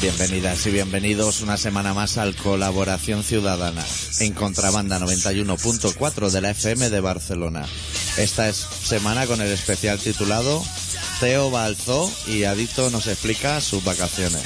Bienvenidas y bienvenidos una semana más al Colaboración Ciudadana en Contrabanda 91.4 de la FM de Barcelona. Esta es semana con el especial titulado Teo Balzó y Adito nos explica sus vacaciones.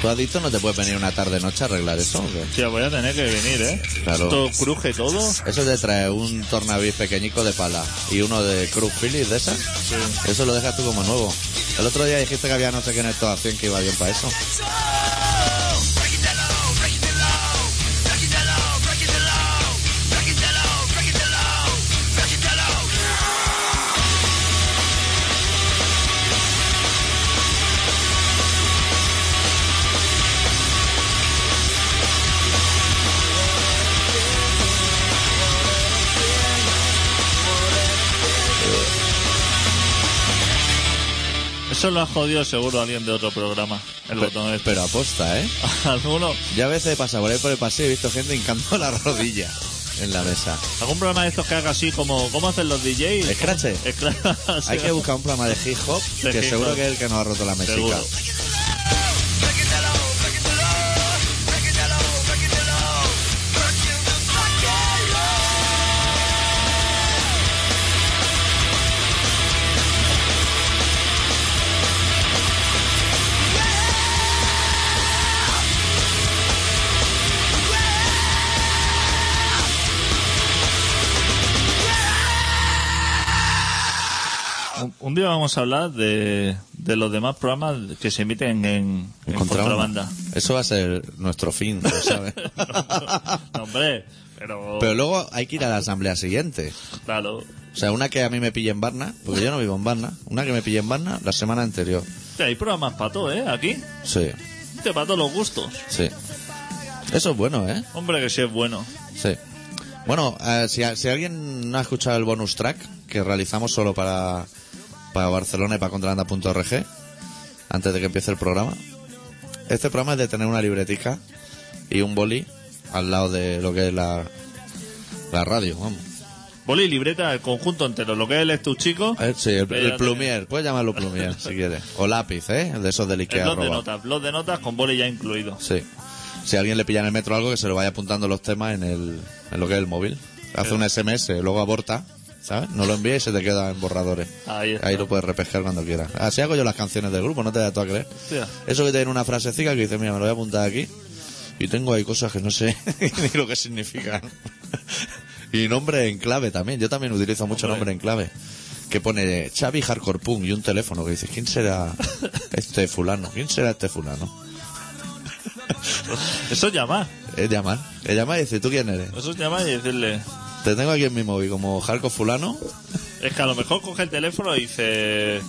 Tú, Adito, no te puedes venir una tarde-noche a arreglar eso. o qué? Tío, voy a tener que venir, ¿eh? Claro. Esto cruje todo. Eso te trae un tornavís pequeñico de pala y uno de Cruz Phillips de esas. Eso lo dejas tú como nuevo. El otro día dijiste que había no sé qué en estos a 100 que iba bien para eso. Eso lo ha jodido seguro alguien de otro programa. El botón este. Pero aposta, ¿eh? ¿Alguno, Yo a veces he pasado por ahí por el paseo y he visto gente hincando la rodilla en la mesa. ¿Algún programa de estos que haga así como cómo hacen los DJs? Escrache. Es claro, sí. Hay que buscar un programa de hip hop De que hip seguro hop. que es el que nos ha roto la mechica. Seguro. Un, un día vamos a hablar de, de los demás programas que se emiten en, en contrabanda. Eso va a ser nuestro fin, lo ¿sabes? No, hombre, pero, Pero luego hay que ir a la asamblea siguiente. claro. O sea, una que a mí me pille en Barna, porque yo no vivo en Barna, una que me pille en Barna la semana anterior. Hostia, hay programas para todo, ¿eh? Aquí. Sí, Te para todos los gustos. sí. Eso es bueno, ¿eh? Hombre, que sí es bueno. Sí. Bueno, eh, si, si alguien no ha escuchado el bonus track que realizamos solo para, para Barcelona y para Contralanda.org, antes de que empiece el programa, este programa es de tener una libretica y un boli al lado de lo que es la, la radio, vamos. Boli, libreta, el conjunto entero. Lo que es el tu chico. Eh, Sí, el, el Espérate. plumier, puedes llamarlo plumier si quieres. O lápiz, ¿eh? De esos del El Ikea blog de robado. notas. Blog de notas con boli ya incluido. Sí. Si a alguien le pilla en el metro algo, que se lo vaya apuntando los temas en, el, en lo que es el móvil. Hace un SMS, luego aborta, ¿sabes? No lo envía y se te queda en borradores. Ahí está. lo puedes repescar cuando quieras. Así hago yo las canciones del grupo, no te das tú a creer. Hostia. Eso que tiene una frasecita que dice, mira, me lo voy a apuntar aquí. Y tengo ahí cosas que no sé ni lo que significan. y nombre en clave también. Yo también utilizo mucho Hombre. nombre en clave. Que pone Xavi Hardcore Punk y un teléfono que dice, ¿quién será este fulano? ¿Quién será este fulano? Eso llama. Es llamar. Es llamar y dice, ¿tú quién eres? Eso llama y decirle. Te tengo aquí en mi móvil como Jarco fulano. Es que a lo mejor coge el teléfono y dice.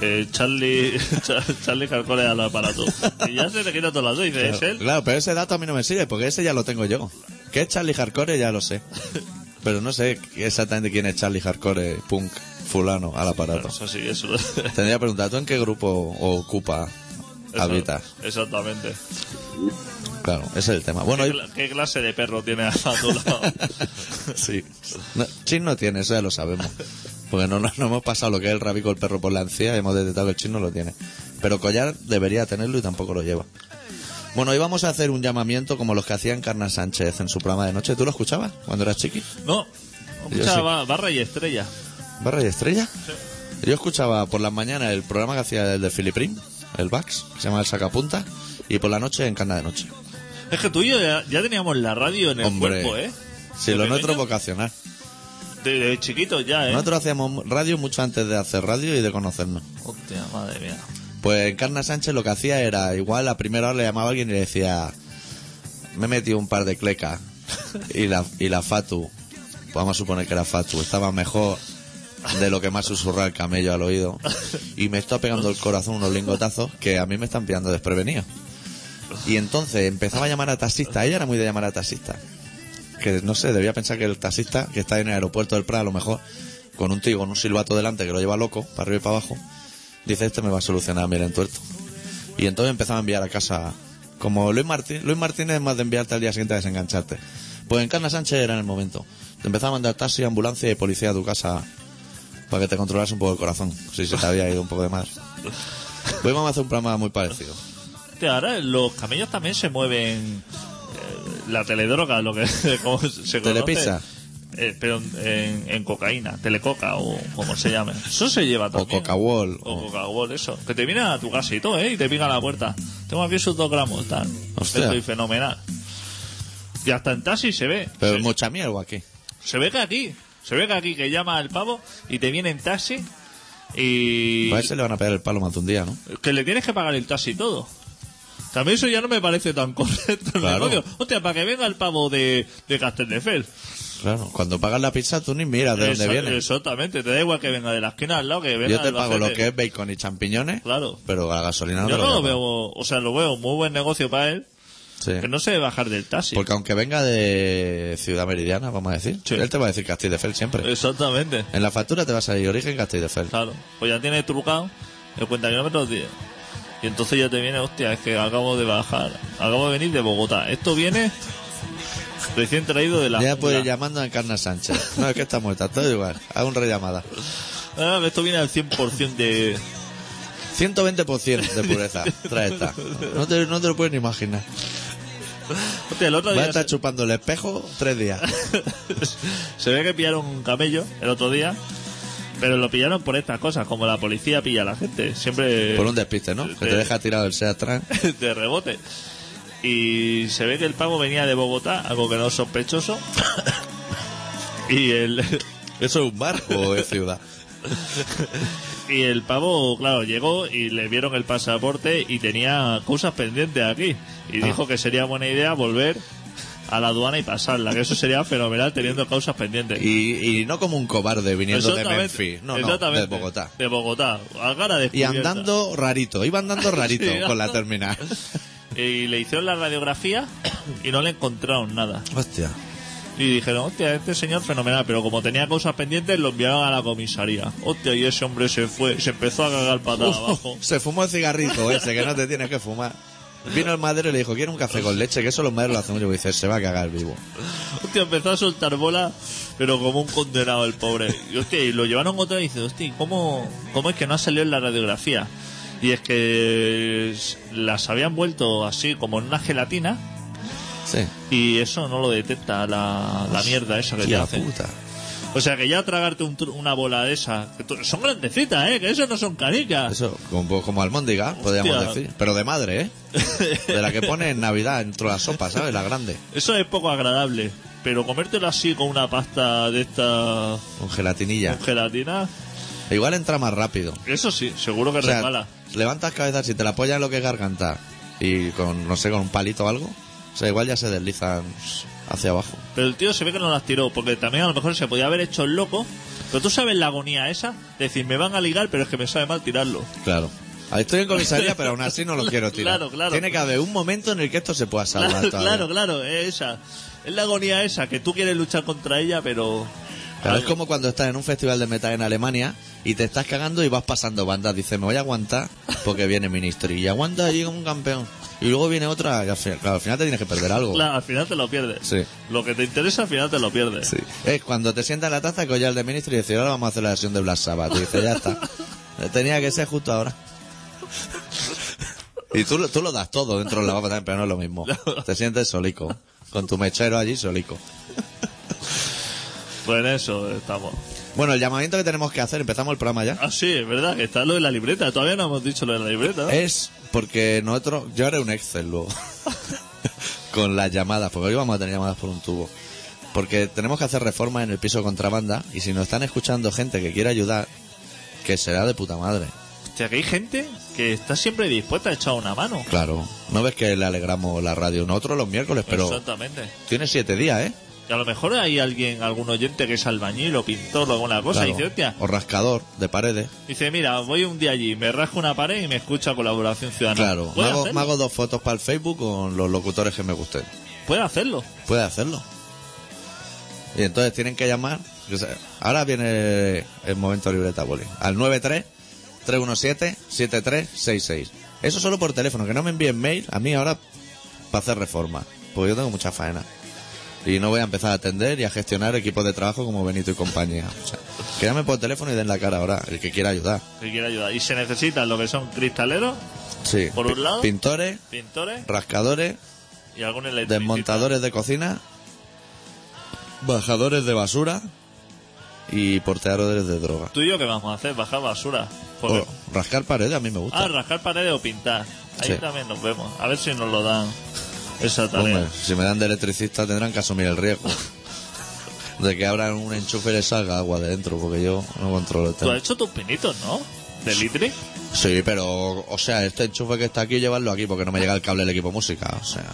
eh, Charlie. Char- Charlie Carcole al aparato. Y ya se te quita todo el lado. y Dice, es él. Claro, pero ese dato a mí no me sirve porque ese ya lo tengo yo. Que es Charlie Hardcore ya lo sé. Pero no sé exactamente quién es Charlie Hardcore punk fulano al aparato. Eso sí, Pues eso. eso- Tendría que preguntar, ¿tú en qué grupo ocupa habitas? Exactamente. Claro, ese es el tema. Bueno, ¿Qué, hoy- cla- qué clase de perro tiene a tu lado? sí. No, chin no tiene, eso ya lo sabemos. Porque no, no, no hemos pasado lo que es el rabico el perro por la encía y hemos detectado que el chin no lo tiene. Pero Collar debería tenerlo y tampoco lo lleva. Bueno, hoy vamos a hacer un llamamiento como los que hacía Encarna Sánchez en su programa de noche. ¿Tú lo escuchabas cuando eras chiqui? No. Yo Mucha sí. ba- barra y estrella. ¿Barra y Estrella? Yo escuchaba por las mañanas el programa que hacía el de Filiprim, el Bax, que se llama El Sacapunta, y por la noche Encarna de Noche. Es que tú y yo ya, ya teníamos la radio en el Hombre. cuerpo, ¿eh? Si ¿De lo pequeño? nuestro es vocacional. De, de chiquitos ya, ¿eh? Nosotros hacíamos radio mucho antes de hacer radio y de conocernos. Hostia, madre mía. Pues Encarna Sánchez lo que hacía era, igual a primera hora le llamaba a alguien y le decía, me he metido un par de clecas. Y la, y la Fatu, pues vamos a suponer que era Fatu, estaba mejor de lo que más susurra el camello al oído. Y me está pegando el corazón unos lingotazos que a mí me están pillando desprevenido. Y entonces empezaba a llamar a taxista. Ella era muy de llamar a taxista. Que no sé, debía pensar que el taxista que está en el aeropuerto del Prat, a lo mejor, con un tío, con un silbato delante que lo lleva loco, para arriba y para abajo, dice: Este me va a solucionar, mira, entuerto. Y entonces empezaba a enviar a casa. Como Luis Martín, Luis Martínez es más de enviarte al día siguiente a desengancharte. Pues Encarna Sánchez era en el momento. Te empezaba a mandar taxi, ambulancia y policía a tu casa para que te controlas un poco el corazón, si se te había ido un poco de más. Pues vamos a hacer un programa muy parecido. Hostia, ahora los camellos también se mueven eh, la teledroga, lo que como se conoce. Telepizza. Eh, pero en, en cocaína, telecoca o como se llame. Eso se lleva también. Coca-Wall, O o- Coca-Wall, eso. Que te viene a tu casito, ¿eh? Y te pica a la puerta. Tengo aquí sus dos gramos, tal. Hostia. Estoy fenomenal. Y hasta en taxi se ve. Pero se, mucha mierda aquí. se ve que aquí, se ve que aquí que llama al pavo y te viene en taxi y... Para ese le van a pegar el palo más de un día, ¿no? que le tienes que pagar el taxi y todo. También eso ya no me parece tan correcto el Claro. negocio. Hostia, para que venga el pavo de, de Castelldefels. Claro. Cuando pagas la pizza, tú ni miras de dónde Esa- viene. Exactamente, te da igual que venga de la esquina al lado, que venga Yo te del pago lo Albacete. que es bacon y champiñones, Claro. pero la gasolina no Yo te no lo lo voy a veo, o sea, lo veo muy buen negocio para él, pagar. Sí. que no se debe bajar del taxi. Porque aunque venga de Ciudad Meridiana, vamos a decir, Sí. él te va a decir Castelldefels siempre. Exactamente, En la factura te va a salir origen Castelldefels. claro. Pues ya tiene trucado el cuenta kilómetros 10. Y entonces ya te viene, hostia, es que acabo de bajar, acabo de venir de Bogotá. Esto viene recién traído de la... Ya pues jungla. llamando a Encarna Sánchez. No, es que está muerta, todo igual. Haz un rellamada. Ah, esto viene al 100% de... 120% de pureza trae esta. No te, no te lo puedes ni imaginar. Hostia, el otro Va a día... estar chupando el espejo tres días. Se ve que pillaron un camello el otro día, pero lo pillaron por estas cosas, como la policía pilla a la gente, siempre Por un despiste, ¿no? Que te deja tirado el SEAT atrás. de rebote. Y se ve que el pavo venía de Bogotá, algo que no es sospechoso. y el ¿Eso es un bar o es ciudad? y el pavo, claro, llegó y le vieron el pasaporte y tenía cosas pendientes aquí y Ah. dijo que sería buena idea volver a la aduana y pasarla, que eso sería fenomenal teniendo causas pendientes. Y, y no como un cobarde viniendo de Memphis. No, no, de exactamente. Bogotá. De Bogotá, a cara Y descubierta. andando rarito, iba andando rarito Sí, con la andando. terminal. Eh, Y le hicieron la radiografía y no le encontraron nada. Hostia. Y dijeron, hostia, este señor fenomenal, pero como tenía cosas pendientes, lo enviaron a la comisaría. Hostia, y ese hombre se fue, se empezó a cagar patada Oh. abajo. Se fumó el cigarrito ese que no te tienes que fumar. Vino el madero y le dijo, quiero un café con leche, que eso los maderos lo hacen mucho. Y dice, se va a cagar vivo. Hostia, empezó a soltar bola, pero como un condenado el pobre. Y hostia, y lo llevaron otra vez y dice, hostia, ¿y ¿cómo, ¿cómo es que no ha salido en la radiografía? Y es que las habían vuelto así, como en una gelatina, Sí. y eso no lo detecta la, la mierda esa que te Tía hacen. puta. O sea, que ya tragarte un tru- una bola de esas, que tú- son grandecitas, ¿eh? Que eso no son canicas. Eso, como, como almóndiga, podríamos Hostia. decir. Pero de madre, ¿eh? De la que pone en Navidad dentro de la sopa, ¿sabes? La grande. Eso es poco agradable. Pero comértelo así con una pasta de esta Con gelatinilla. E gelatina, Igual entra más rápido. eso sí, seguro que O sea, resbala. levantas cabeza si te la apoyas en lo que es garganta y con, no sé, con un palito o algo. O sea, igual ya se deslizan hacia abajo. Pero el tío se ve que no las tiró, porque también a lo mejor se podía haber hecho el loco. Pero tú sabes la agonía esa, de decir, me van a ligar, pero es que me sabe mal tirarlo. Claro. Ahí Estoy en comisaría, pero aún así no lo quiero tirar. Claro, claro. Tiene que haber un momento en el que esto se pueda salvar. Claro, todavía. claro, claro, es esa. Es la agonía esa, que tú quieres luchar contra ella, pero... Claro, es como cuando estás en un festival de metal en Alemania y te estás cagando y vas pasando bandas. Dices, me voy a aguantar porque viene Ministry. Y aguanta allí como un campeón. Y luego viene otra. y al final, claro, al final te tienes que perder algo. Claro, al final te lo pierdes. Sí. Lo que te interesa, al final te lo pierdes. Sí. Es cuando te sientas en la taza que oye el de Ministry y dices, ahora vamos a hacer la versión de Black Sabbath. Y dices, ya está. Tenía que ser justo ahora. Y tú, lo- tú lo das todo dentro de la también, pero no es lo mismo. Te sientes solico. Con tu mechero allí solico. Pues en eso estamos. Bueno, el llamamiento que tenemos que hacer, empezamos el programa ya. Ah, sí, es verdad, que está lo de la libreta. Todavía no hemos dicho lo de la libreta. ¿no? Es porque nosotros. Yo haré un Excel luego. con las llamadas, porque hoy vamos a tener llamadas por un tubo. Porque tenemos que hacer reformas en el piso contrabanda. Y si nos están escuchando gente que quiera ayudar, que será de puta madre. Hostia, que hay gente que está siempre dispuesta a echar una mano. Claro. No ves que le alegramos la radio nosotros los miércoles, pero Exactamente. tiene siete días, ¿eh? Y a lo mejor hay alguien, algún oyente que es albañil o pintor o alguna cosa y Claro. dice, hostia, O rascador de paredes. dice, mira, voy un día allí, me rasco una pared y me escucha colaboración ciudadana. Claro. Me Puede hago, hacerlo, me hago dos fotos para el Facebook con los locutores que me gusten. puede hacerlo. Puede hacerlo. Y entonces tienen que llamar. yo sé, Ahora viene el momento libreta boli. Al 93-317-7366. Eso solo por teléfono. Que no me envíen mail a mí ahora para hacer reforma. Porque yo tengo mucha faena. Y no voy a empezar a atender y a gestionar equipos de trabajo como Benito y compañía. O sea, que llamen por teléfono y den la cara ahora. El que quiera ayudar. Que quiera ayudar. Y se necesitan lo que son cristaleros, Sí. Por un lado- Pintores, pintores rascadores, y algún electricista. desmontadores de cocina, bajadores de basura y porteadores de droga. ¿Tú y yo qué vamos a hacer? Bajar basura. Porque- O rascar paredes a mí me gusta. Ah, rascar paredes o pintar. Ahí Sí. también nos vemos. A ver si nos lo dan esa tarea. Hombre, si me dan de electricista tendrán que asumir el riesgo de que abran un enchufe y le salga agua de dentro, porque yo no controlo el Tú has tema. hecho tus pinitos, ¿no? De litre. Sí, pero, o sea, este enchufe que está aquí, llevarlo aquí, porque no me llega el cable del equipo música, o sea,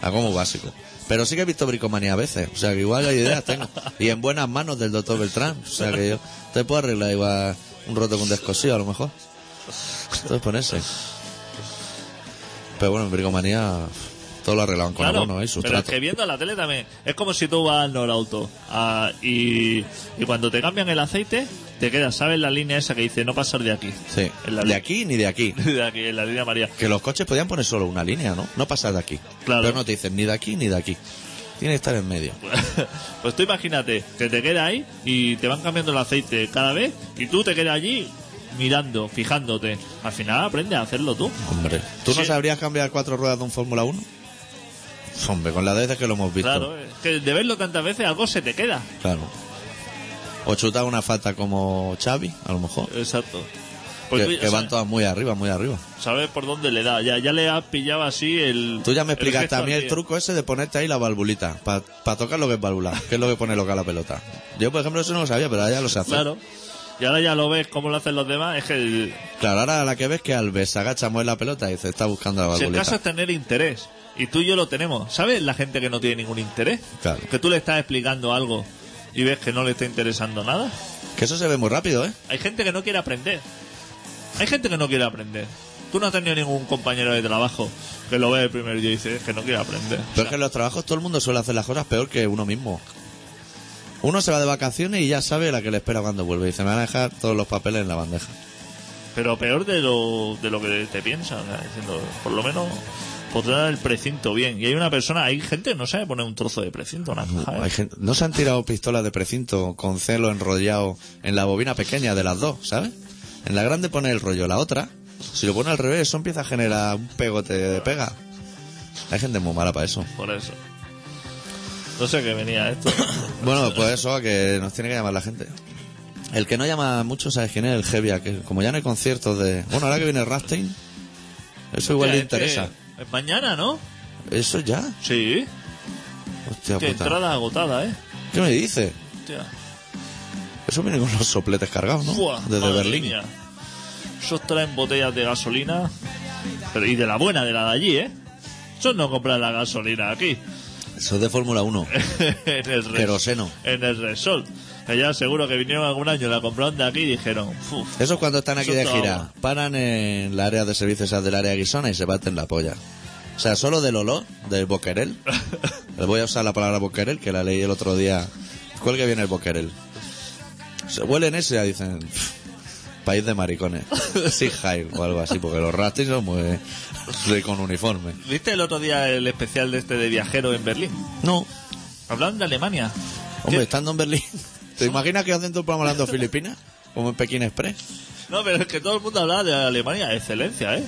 algo muy básico. Pero sí que he visto bricomanía a veces, o sea, que igual hay ideas tengo. Y en buenas manos del doctor Beltrán, o sea, que yo te puedo arreglar igual un roto con descosido, a lo mejor. Entonces ponerse. Pero bueno, en bricomanía todo lo arreglaban con Claro. abono y pero es sustrato. que viendo la tele también. Es como si tú vas al Norauto a- y, y cuando te cambian el aceite, te quedas, ¿sabes? La línea esa que dice no pasar de aquí. Sí, En la de aquí ni de aquí. De aquí, en la línea María. Que los coches podían poner solo una línea, ¿no? No pasar de aquí. Claro. Pero no te dicen ni de aquí ni de aquí. Tiene que estar en medio. Pues tú imagínate que te quedas ahí y te van cambiando el aceite cada vez y tú te quedas allí mirando, fijándote. Al final aprendes a hacerlo tú. Hombre, ¿tú no Sí. sabrías cambiar cuatro ruedas de un Fórmula 1? Hombre, con las veces que lo hemos visto. Claro, eh. es que de verlo tantas veces algo se te queda. Claro. O chutar una falta como Xavi, a lo mejor. Exacto. que Porque Pues tú que ya van sabes, todas muy arriba, muy arriba. sabes por dónde le da. Ya, ya le has pillado así el. Tú ya me el explicaste gesto ¿eh? a mí al el tío. truco ese de ponerte ahí la valvulita, para tocar lo que es válvula, que es lo que pone loca la pelota. Yo, por ejemplo, eso no lo sabía, pero ahora ya lo sé hacer. Claro. Y ahora ya lo ves cómo lo hacen los demás. Es que el- Claro, ahora la que ves que al se agacha, mueve la pelota y se está buscando la si el valvulita. caso es tener interés. Y tú y yo lo tenemos. ¿Sabes la gente que no tiene ningún interés? Claro. Que tú le estás explicando algo y ves que no le está interesando nada. Que eso se ve muy rápido, ¿eh? Hay gente que no quiere aprender. Hay gente que no quiere aprender. Tú no has tenido ningún compañero de trabajo que lo ve el primer día y dice "Es que no quiere aprender. Pero es que en los trabajos todo el mundo suele hacer las cosas peor que uno mismo. Uno se va de vacaciones y ya sabe la que le espera cuando vuelve. Dice, me van a dejar todos los papeles en la bandeja. Pero peor de lo, de lo que te piensas, o sea, diciendo, por lo menos podrá el precinto bien. Y hay una persona, hay gente que no sabe poner un trozo de precinto, una caja, ¿eh? Hay gente- no se han tirado pistolas de precinto con celo enrollado en la bobina pequeña de las dos, ¿sabes? En la grande pone el rollo, la otra, si lo pone al revés, eso empieza a generar un pegote de pega. Hay gente muy mala para eso. por eso. No sé qué venía esto. Bueno, pues eso, a que nos tiene que llamar la gente. El que no llama mucho, ¿sabes quién es? El Hevia, que como ya no hay conciertos de... Bueno, ahora que viene Rastein, eso igual le Hostia, es que interesa. es mañana, ¿no? ¿Eso ya? Sí. Hostia Hostia, puta. entrada agotada, ¿eh? ¿Qué me dice? Hostia. Eso viene con los sopletes cargados, ¿no? Buah, Desde madre Berlín. mía. Esos traen botellas de gasolina. Pero, y de la buena, de la de allí, ¿eh? Eso no compran la gasolina aquí. Eso es de Fórmula 1. en el Res- Queroseno. En el Resol. Que ya seguro que vinieron algún año, la compraron de aquí y dijeron, "Uf, Eso es cuando están aquí Eso de está gira. agua. Paran en la área de servicios esa del área guisona y se baten la polla. O sea, solo del olor, del boquerel. Le voy a usar la palabra boquerel, que la leí el otro día. ¿Cuál que viene el boquerel? Se huelen ese y ya dicen... "Pff, País de maricones. Sí, Jail o algo así, porque los rastis son muy... muy con uniforme. ¿Viste el otro día el especial de este de viajero en Berlín? No, Hablaban de Alemania. hombre, Yo- estando en Berlín... ¿Te imaginas que hacen todo el programa hablando Filipinas? Como en Pekín Express. No, pero es que todo el mundo hablaba de Alemania, excelencia, ¿eh?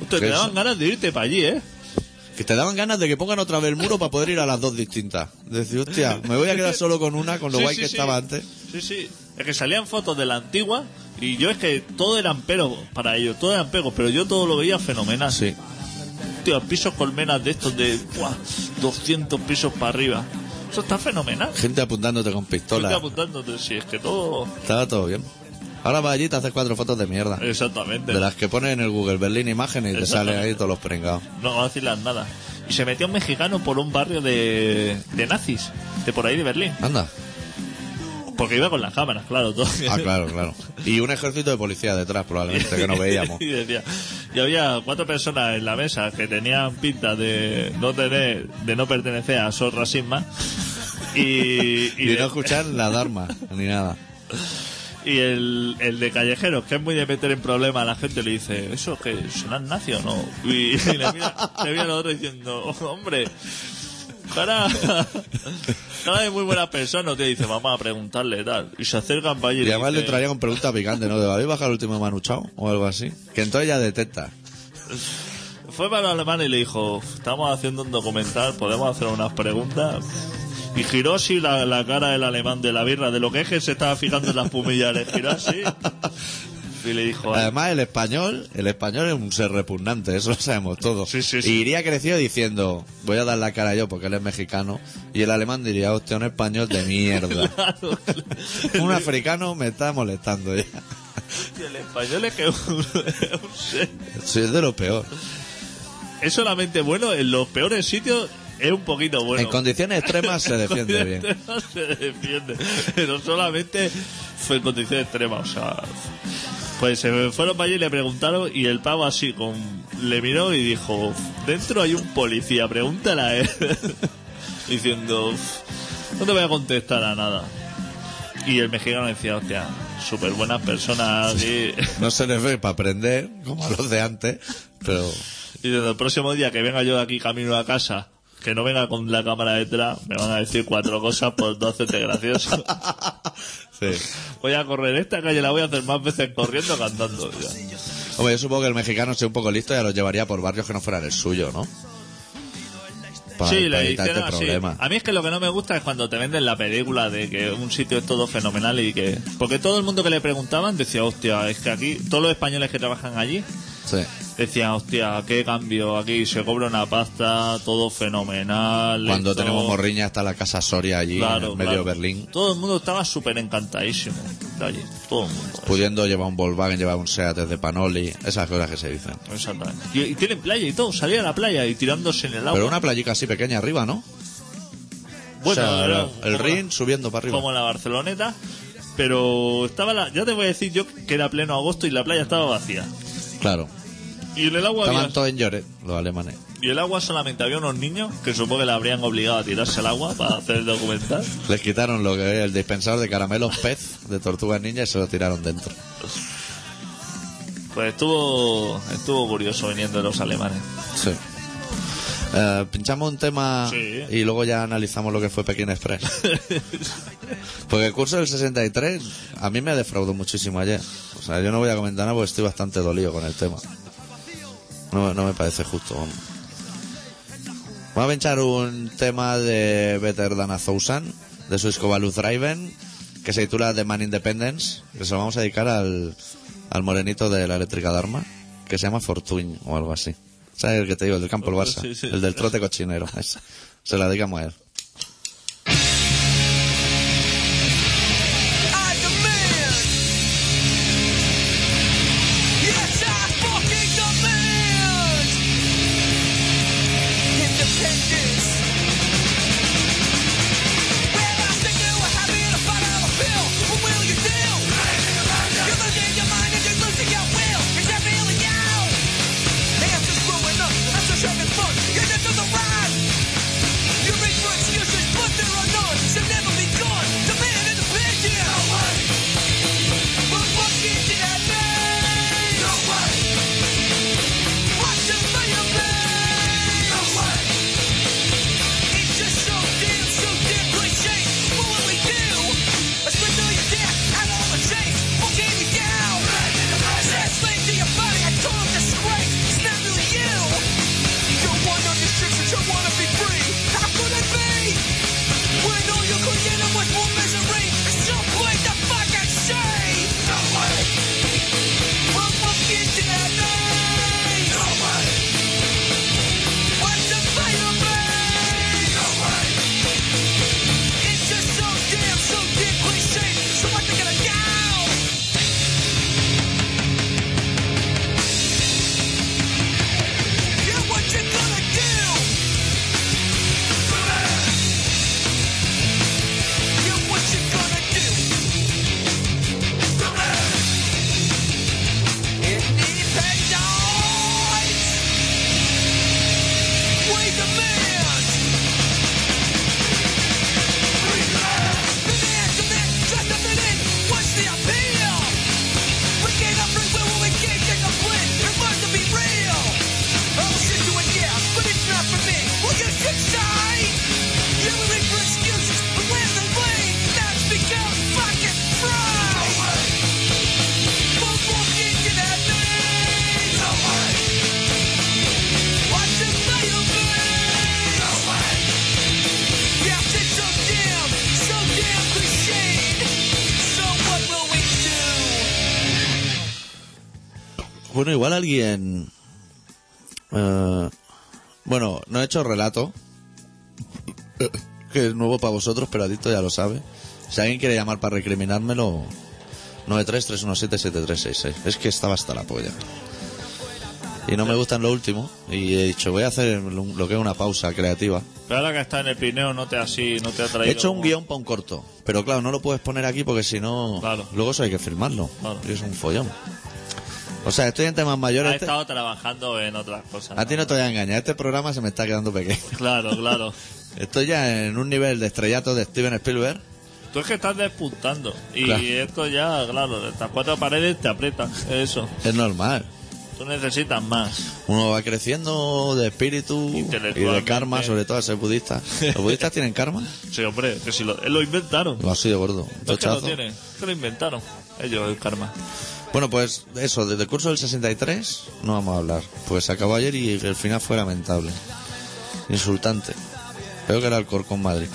Usted, te Eso. daban ganas de irte para allí, ¿eh? Que te daban ganas de que pongan otra vez el muro para poder ir a las dos distintas. Decir, hostia, me voy a quedar solo con una, con lo Sí, guay sí, que sí. estaba antes. Sí, sí. Es que salían fotos de la antigua y yo es que todo eran peros para ellos, todo eran pegos, pero yo todo lo veía fenomenal. Sí. Tío, pisos colmenas de estos de ¡buah! 200 pisos para arriba. Eso está fenomenal. Gente apuntándote con Estoy pistola. apuntándote, si es que todo... Estaba todo bien. Ahora vas allí y te haces cuatro fotos de mierda. Eh, Exactamente. De las que pones en el Google Berlín Imágenes y te salen ahí todos los pringados. No va a decirlas nada. Y se metió un mexicano por un barrio de, de nazis, de por ahí de Berlín. Anda. Porque iba con las cámaras, claro, todo. Ah, claro, claro. Y un ejército de policía detrás, probablemente, que no veíamos. y decía, y había cuatro personas en la mesa que tenían pinta de no tener, de no pertenecer a Sol Racisma. Y, y Y no de- escuchar la Dharma, ni nada. y el, el de callejeros, que es muy de meter en problemas a la gente, le dice, ¿eso que sonan nazi o no? Y, y le mira, le mira al otro diciendo, "Oh, hombre, cara, cara de muy buena persona, te dice, vamos a preguntarle tal. Y se acercan para allí. Y además le dice, traía con pregunta picante, ¿no? ¿De habéis bajado el último manuchao o algo así? Que entonces ya detecta. Fue para los alemanes y le dijo, estamos haciendo un documental, podemos hacer unas preguntas. Y Hiroshi, la, la cara del alemán de la birra, de lo que es que se estaba fijando en las pumillas de Hiroshi. Y le dijo, Además, el español, el español es un ser repugnante, eso lo sabemos todos. Sí, sí, sí. Y iría crecido diciendo, voy a dar la cara yo porque él es mexicano. Y el alemán diría, hostia, un español de mierda. claro, claro. un africano me está molestando ya. el español es que es un- es un ser. Sí, es de lo peor. es solamente bueno en los peores sitios. Es un poquito bueno. En condiciones extremas se defiende bien. No se defiende. Pero solamente fue en condiciones extremas. O sea, pues se fueron para allí y le preguntaron y el pavo así con le miró y dijo, dentro hay un policía, pregúntala a él. Diciendo, no te voy a contestar a nada. Y el mexicano decía, hostia, súper buenas personas. aquí". No se les ve para aprender, como a los de antes, pero Y desde el próximo día que venga yo de aquí camino a casa, que no venga con la cámara detrás, me van a decir cuatro cosas por no hacerte gracioso. sí. Voy a correr esta calle, la voy a hacer más veces corriendo que andando. ya. Hombre, yo supongo que el mexicano sea un poco listo ya los llevaría por barrios que no fueran el suyo, ¿no? Para, sí, Ah. para le evitar hicieron este así. problema. A mí es que lo que no me gusta es cuando te venden la película de que un sitio es todo fenomenal y que... Porque todo el mundo que le preguntaban decía, hostia, es que aquí, todos los españoles que trabajan allí, Sí. decían, hostia, qué cambio, aquí se cobra una pasta, todo fenomenal. Cuando esto- tenemos morriña está la casa Soria allí, Claro, en medio claro. de Berlín, Todo el mundo estaba súper encantadísimo de allí. Todo el mundo. pudiendo llevar un Volkswagen, llevar un Seat desde Panoli, esas cosas que se dicen. Ah, Exactamente. Y, y tienen playa y todo. Salía a la playa y tirándose en el agua. Pero una playica así pequeña arriba, ¿no? bueno, O sea, era el como Rin la- subiendo para arriba. Como la Barceloneta. Pero estaba la... Ya te voy a decir yo que era pleno agosto y la playa estaba vacía. Claro. Y en el agua había- Estaban todos en llores, los alemanes. Y el agua solamente había unos niños que supongo que la habrían obligado a tirarse al agua para hacer el documental. Les quitaron lo que era el dispensador de caramelos pez de tortugas ninja y se lo tiraron dentro. Pues estuvo estuvo curioso viniendo de los alemanes. Sí. Eh, pinchamos un tema Sí. y luego ya analizamos lo que fue Pekín Express. Porque el curso del 63 a mí me defraudó muchísimo ayer. O sea, yo no voy a comentar nada porque estoy bastante dolido con el tema. No, no me parece justo. vamos. Vamos a pinchar un tema de Better Than a Thousand, de su disco Value Driven, que se titula The Man Independence, que se lo vamos a dedicar al, al morenito de la eléctrica Dharma, que se llama Fortuny o algo así. ¿Sabes el que te digo? El del campo del Barça. Pues Sí, sí. El del trote cochinero. ese. Se la dedicamos a él. I demand. Yes, I fucking demand independence. Where I think you were happy in a fight out of pill. What will you do? You're losing your mind and you're losing your will. Is that really you? Hands are screwing up. That's a shoving foot. You're just on the rise. You're in what's Bueno, igual alguien. eh, bueno, no he hecho relato. Que es nuevo para vosotros, pero Adicto ya lo sabe. Si alguien quiere llamar para recriminármelo. 933177366. Es que estaba hasta la polla. Y no me gustan lo último. Y he dicho, voy a hacer lo que es una pausa creativa. Pero ahora que está en el Pirineo no te ha, así, no te ha traído. He hecho un como- guión para un corto, pero claro, no lo puedes poner aquí porque si no, Claro. luego eso hay que firmarlo. Claro. Ah, Y es un follón. O sea, estoy en temas Ha mayores. Este- estado trabajando en otras cosas. A ti no te voy a engañar, este programa se me está quedando pequeño. Claro, claro. Estoy ya en un nivel de estrellato de Steven Spielberg. Tú es que estás despuntando. Y Claro. esto ya, claro, estas cuatro paredes te aprietan. Eso. Es normal. Tú necesitas más. Uno va creciendo de espíritu y de Intelectualmente. karma, sobre todo a ser budista. ¿Los budistas tienen karma? Sí, hombre, que si lo, lo inventaron. Lo has sido gordo. No es que lo chochazo. tienen, que lo inventaron. Ellos, el karma. Bueno, pues eso, desde el curso del 63 no vamos a hablar. Pues se acabó ayer y el final fue lamentable. Insultante. Peor que el Alcorcón Madrid.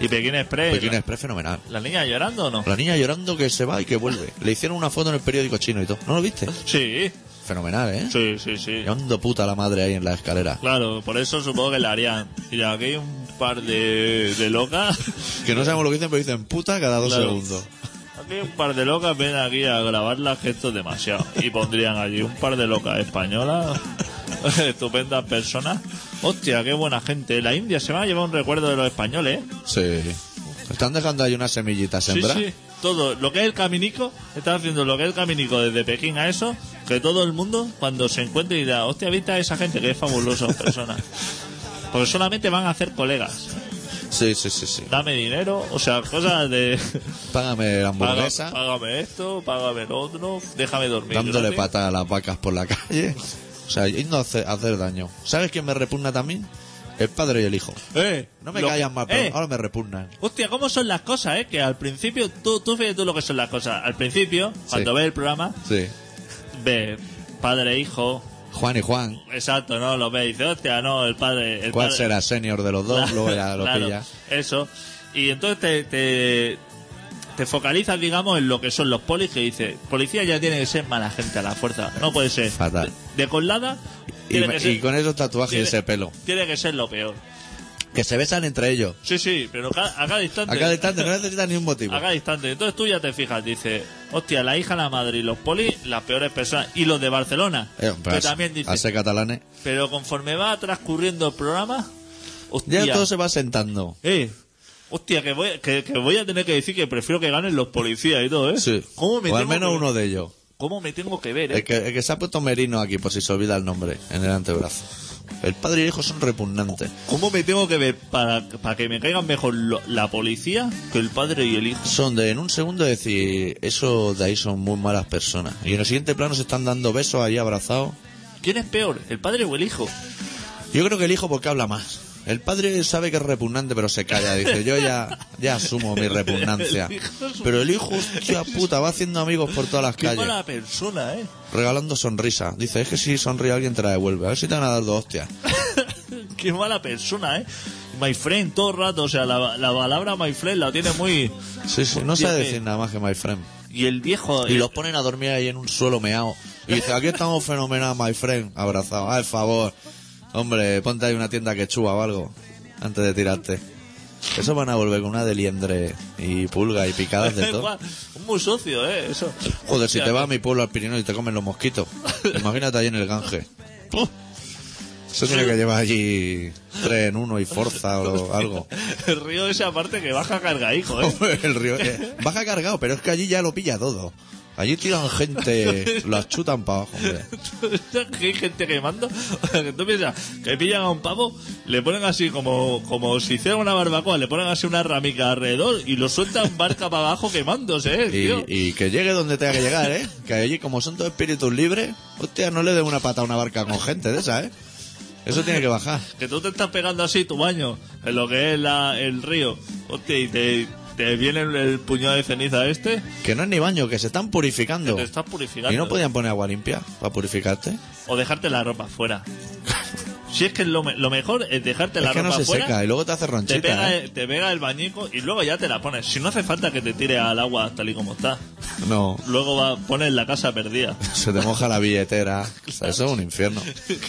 Y Pekín Express. Pekín Express fenomenal. ¿La niña llorando o no? La niña llorando que se va y que vuelve. Le hicieron una foto en el periódico chino y todo. ¿No lo viste? Sí, Fenomenal, ¿eh? sí, sí, sí. Llorando puta la madre ahí en la escalera. Claro, por eso supongo que la harían. Y aquí hay un par de, de locas. Que no sabemos lo que dicen, pero dicen puta cada dos Claro. segundos. Aquí hay un par de locas, ven aquí a grabarlas, que esto es demasiado. Y pondrían allí un par de locas españolas, estupendas personas. Hostia, qué buena gente. La India se va a llevar un recuerdo de los españoles, ¿eh? Sí. Están dejando ahí una semillita sembrar. Sí, sí. Todo lo que es el caminico, están haciendo lo que es el caminico desde Pekín a eso, que todo el mundo cuando se encuentre dirá, hostia, viste a esa gente que es fabulosa persona. Porque solamente van a hacer colegas. sí, sí, sí, sí. Dame dinero, o sea, cosas de Págame la paga- hamburguesa, págame esto, págame lo otro, déjame dormir. dándole gratis. patada a las vacas por la calle. O sea, yendo a hacer, a hacer daño. ¿Sabes quién me repugna también? El padre y el hijo. Eh, No me lo- callan más, pero eh, ahora me repugnan. Hostia, ¿cómo son las cosas, eh? Que al principio, tú, tú fíjate tú lo que son las cosas. Al principio, cuando ves el programa, Sí. ves padre, hijo, Juan y Juan. Exacto, no lo ve y dice, hostia, no, el padre. El ¿Cuál padre- será senior de los dos? Claro, Luego ya lo claro, pilla. Eso. Y entonces te, te, te focalizas, digamos, en lo que son los polis que dice, policía ya tiene que ser mala gente a la fuerza. No puede ser. Fatal. De, de colada, Y, tiene me- que ser, y con esos tatuajes y tiene- ese pelo. Tiene que ser lo peor. Que se besan entre ellos. Sí, sí, pero ca- a cada instante. A cada instante no necesitan ni un motivo. A cada instante. Entonces tú ya te fijas, dice, hostia, la hija, la madre y los polis, las peores personas. Y los de Barcelona. Eh, pero que a- también dice, a ser catalanes. Pero conforme va transcurriendo el programa, hostia, Ya todo se va sentando. eh, hostia, que voy, que, que voy a tener que decir que prefiero que ganen los policías y todo, ¿eh? Sí. ¿Cómo me o al tengo menos que- uno de ellos. ¿Cómo me tengo que ver, eh? El que, el que se ha puesto merino aquí, por si se olvida el nombre, en el antebrazo. El padre y el hijo son repugnantes. ¿Cómo me tengo que ver para, para que me caigan mejor lo- la policía que el padre y el hijo? Son de en un segundo decir, eso de ahí son muy malas personas. Y en el siguiente plano se están dando besos ahí abrazados. ¿Quién es peor, el padre o el hijo? Yo creo que el hijo porque habla más. El padre sabe que es repugnante, pero se calla. Dice, yo ya, ya asumo mi repugnancia. El hijo es un- Pero el hijo, hostia puta, va haciendo amigos por todas las Qué calles. mala persona, ¿eh? Regalando sonrisa. Dice, es que si sonríe alguien te la devuelve. A ver si te van a dar dos hostias. Qué mala persona, ¿eh? My friend, todo el rato, o sea, la, la palabra my friend la tiene muy... Sí, sí, no Hostia, sabe que- decir nada más que my friend. Y el viejo... Y los ponen a dormir ahí en un suelo meao. Y dice, aquí estamos fenomenal, my friend. Abrazado. Al favor. Hombre, ponte ahí una tienda quechua o algo. Antes de tirarte. Eso van a volver con una de liendre y pulga y picadas de todo. Muy socio, ¿eh? Eso. Joder, si Hostia, te vas a mi pueblo al Pirineo y te comen los mosquitos. Imagínate allí en el Gange. ¡Puf! Eso tiene que llevar allí tres en uno y Forza o algo. El río ese aparte que baja carga hijo, ¿eh? Hombre, el río, eh, baja cargado, pero es que allí ya lo pilla todo. Allí tiran gente, las chutan para abajo, hombre. que hay gente quemando. que tú piensas que pillan a un pavo, le ponen así como, como si hiciera una barbacoa, le ponen así una ramica alrededor y lo sueltan barca para abajo quemándose, ¿eh? Tío. Y, y que llegue donde tenga que llegar, ¿eh? Que allí, como son todos espíritus libres, hostia, no le den una pata a una barca con gente de esa, ¿eh? Eso tiene que bajar. Que tú te estás pegando así tu baño en lo que es la- el río. Hostia, y te, te viene el, el puñado de ceniza este, Que no es ni baño, que se están purificando. te estás purificando. Y no podían poner agua limpia para purificarte. O dejarte la ropa fuera. Si es que lo, me- lo mejor es dejarte la es que ropa no se fuera, seca y luego te hace te, ronchita. pega, ¿eh? el- te pega el bañico y luego ya te la pones. Si no hace falta que te tire al agua tal y como está. No, Luego va, pones la casa perdida. se te moja la billetera. O sea, eso es un infierno.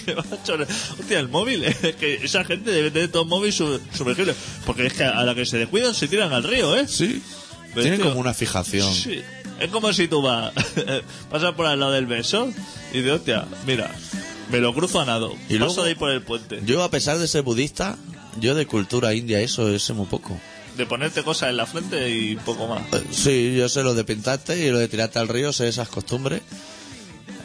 Que va a chorre- Hostia, el móvil, es que esa gente debe tener todo el móvil su- sumergible. Porque es que a la que se descuidan se tiran al río, ¿eh? Sí. Pero, Tienen tío, como una fijación. Sí. Es como si tú vas, pasas por al lado del beso y dices, hostia, mira, me lo cruzo a nado. Y Y luego- paso de ir por el puente. Yo, a pesar de ser budista, yo de cultura india eso sé muy poco. De ponerte cosas en la frente y poco más. Eh, Sí, yo sé lo de pintarte y lo de tirarte al río, sé esas costumbres.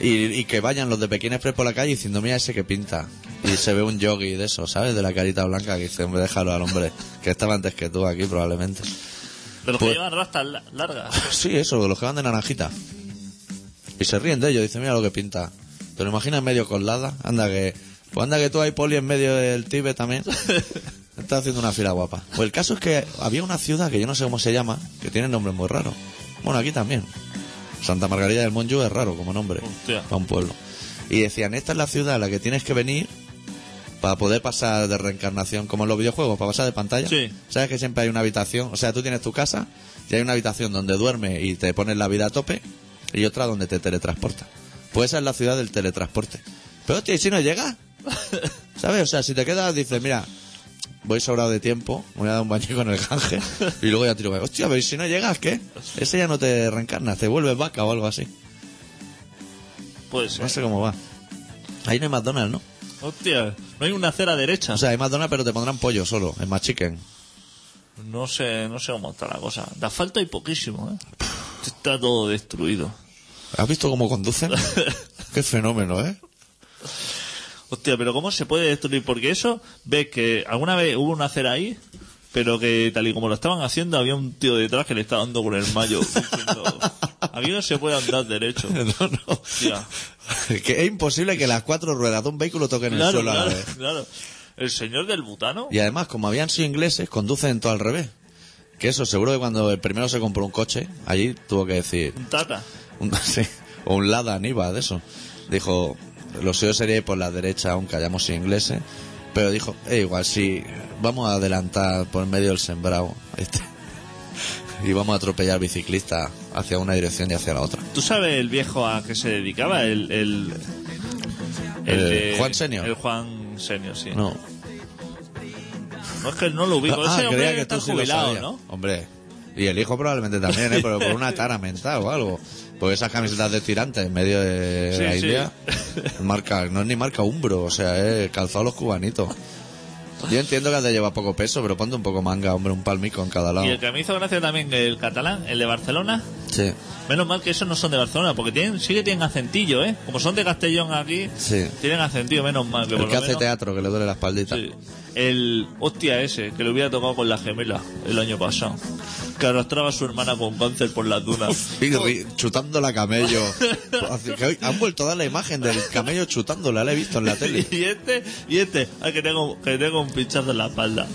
Y, y que vayan los de Pekín Express por la calle diciendo, mira ese que pinta. Y se ve un yogi de eso, ¿sabes? De la carita blanca que dice, hombre, déjalo al hombre, que estaba antes que tú aquí probablemente. De los Pues- que llevan rastas la- largas. Sí, eso, los que van de naranjita. Y se ríen de ellos, dicen, mira lo que pinta. ¿Te lo imaginas medio colada? Anda que... Pues anda que tú hay poli en medio del Tíbet también. Está haciendo una fila guapa. Pues el caso es que había una ciudad que yo no sé cómo se llama, que tiene nombres muy raros. Bueno, aquí también. Santa Margarita del Monju es raro como nombre. Hostia. Para un pueblo. Y decían, esta es la ciudad a la que tienes que venir para poder pasar de reencarnación, como en los videojuegos, para pasar de pantalla. Sí. Sabes que siempre hay una habitación, o sea, tú tienes tu casa y hay una habitación donde duermes y te pones la vida a tope y otra donde te teletransporta. Pues esa es la ciudad del teletransporte. Pero hostia, ¿y si no llegas? ¿Sabes? O sea, si te quedas, dices, mira, voy sobrado de tiempo, me voy a dar un bañico en el canje y luego ya tiro, hostia, pero ¿y si no llegas, ¿qué? Ese ya no te reencarnas, te vuelves vaca o algo así. Pues, No sé cómo va. Ahí no hay McDonald's, ¿no? hostia, no hay una acera derecha. O sea, hay McDonald's, pero te pondrán pollo solo, en más chicken. No sé, no sé cómo está la cosa. De asfalto hay poquísimo, ¿eh? Está todo destruido. ¿Has visto cómo conducen? Qué fenómeno, ¿eh? Hostia, pero ¿cómo se puede destruir? Porque eso, ves que alguna vez hubo una acera ahí, pero que tal y como lo estaban haciendo, había un tío detrás que le estaba dando con el mayo. diciendo, Aquí no se puede andar derecho. No, no. Hostia. Que es imposible que las cuatro ruedas de un vehículo toquen el Claro, suelo a la claro, vez. claro. El señor del butano. Y además, como habían sido ingleses, conducen todo al revés. Que eso, seguro que cuando el primero se compró un coche, allí tuvo que decir, Un tata. un, sí, o un Lada Aníbal, de eso. Dijo, lo suyo sería ir por la derecha, aunque hayamos sido ingleses. Pero dijo, "Eh, igual, si vamos a adelantar por medio del sembrado este, y vamos a atropellar biciclistas hacia una dirección y hacia la otra. ¿Tú sabes el viejo a qué se dedicaba? El. el, El de- Eh, Juan Senior. El Juan Senior, sí. No. No. es que no lo ubico. Ah, Ese hombre creía que está tú sí lo jubilado, sabías. ¿no? Hombre. Y el hijo probablemente también, ¿eh? pero por una tara mental o algo. Porque esas camisetas de tirantes en medio de Sí, la sí. India, marca, no es ni marca Umbro, o sea, es calzado a los cubanitos. Yo entiendo que has de llevar poco peso, pero ponte un poco manga, hombre, un palmico en cada lado. Y el que me hizo gracia también, el catalán, el de Barcelona. Sí, Menos mal que esos no son de Barcelona, porque tienen, sí que tienen acentillo, ¿eh? Como son de Castellón aquí, Sí. tienen acentillo, menos mal. Que el por que lo hace menos- teatro, que le duele la espaldita. Sí. El hostia ese, que le hubiera tocado con la gemela el año pasado. Que arrastraba a su hermana con cáncer por las dunas. Y ri- chutando la camello. Así que hoy Han vuelto a dar la imagen del camello chutándola, la he visto en la tele. y este, y este, ah, que tengo, que tengo un pinchazo en la espalda.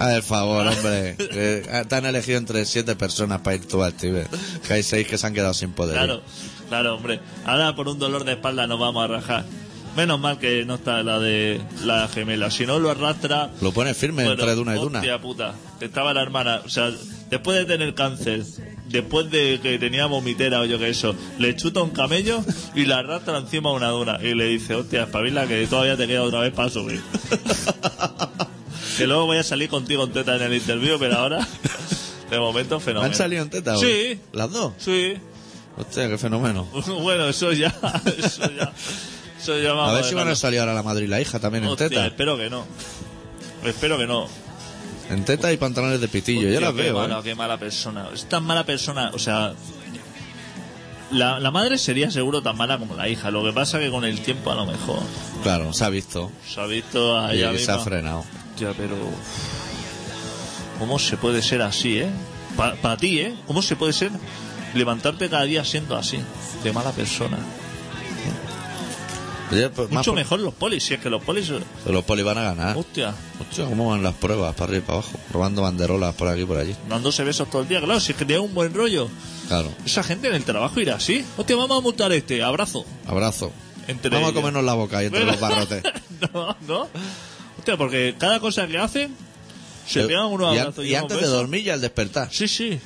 Ah, el favor, hombre. Eh, te han elegido entre siete personas para ir tú al Tíbet. Que hay seis que se han quedado sin poder. ir. Claro, claro, hombre. Ahora por un dolor de espalda nos vamos a rajar. Menos mal que no está la de la gemela. Si no lo arrastra, Lo pone firme Bueno, entre duna y duna. Hostia puta, que estaba la hermana, o sea, después de tener cáncer, después de que tenía vomitera o yo que eso, le chuta un camello y la arrastra encima de una duna. Y le dice, hostia, espabila que todavía te queda otra vez para subir. que luego voy a salir contigo en teta en el interview, pero ahora, de momento, fenomenal. ¿Han salido en teta? hoy? Sí. ¿Las dos? Sí, Hostia, qué fenómeno. bueno, eso ya, eso ya, eso ya vamos A ver si van a dejarlo. salir ahora la madre y la hija también en Hostia, teta. espero que no. Espero que no. En teta y pantalones de pitillo, yo Hostia, las qué veo. mala, ¿eh? qué mala persona. Es tan mala persona, o sea. La, la madre sería seguro tan mala como la hija. Lo que pasa que con el tiempo a lo mejor Claro, se ha visto. se ha visto a Y ella se ha misma. frenado. Ya, pero. ¿Cómo se puede ser así, eh? Para ti, eh. ¿Cómo se puede ser levantarte cada día siendo así? De mala persona. Oye, pues, más Mucho por- Ah. mejor los polis, si es que los polis. eh, Los polis van a ganar. Hostia, Hostia, ¿cómo van las pruebas? Para arriba y para abajo. Robando banderolas por aquí y por allí. dándose besos todo el día, claro, si es que tiene un buen rollo. Claro. Esa gente en el trabajo irá así. Hostia, vamos a multar a este, abrazo. Abrazo. entre Vamos a ellos. comernos la boca ahí entre los barrotes. no, no. Hostia, porque cada cosa que hacen se pegan unos Eh, y, an- abrazos y, y unos antes de besos. dormir y al despertar. Sí, sí.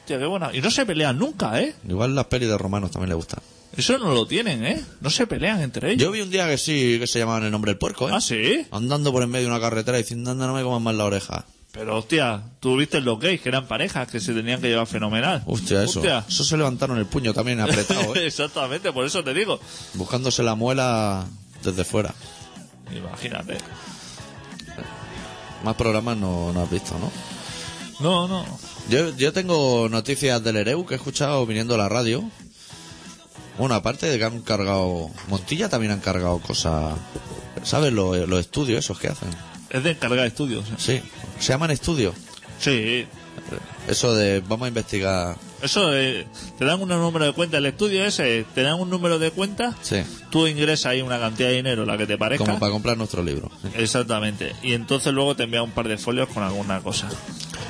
Hostia, qué buena. Y no se pelean nunca, ¿eh? Igual las pelis de romanos también le gustan. Eso no lo tienen, ¿eh? No se pelean entre ellos. Yo vi un día que sí, que se llamaban el nombre del puerco, ¿eh? Ah, sí. Andando por en medio de una carretera diciendo, anda, no me coman más la oreja. Pero hostia, tú viste los gays que eran parejas que se tenían que llevar fenomenal. Hostia, eso. Hostia. Eso se levantaron el puño también apretado, ¿eh? Exactamente, por eso te digo. Buscándose la muela desde fuera. Imagínate. Más programas no, no has visto, ¿no? No, no. Yo, yo tengo noticias del Ereu que he escuchado viniendo a la radio. Bueno, aparte de que han cargado... Montilla también han cargado cosas... ¿Sabes? Los, los estudios esos que hacen. Es de encargar estudios. ¿eh? Sí. Se llaman estudios. Sí. Eso de vamos a investigar... Eso eh, te dan un número de cuenta. El estudio ese, te dan un número de cuenta. Sí. Tú ingresas ahí una cantidad de dinero, la que te parezca. Como para comprar nuestro libro. Exactamente. Y entonces luego te envía un par de folios con alguna cosa.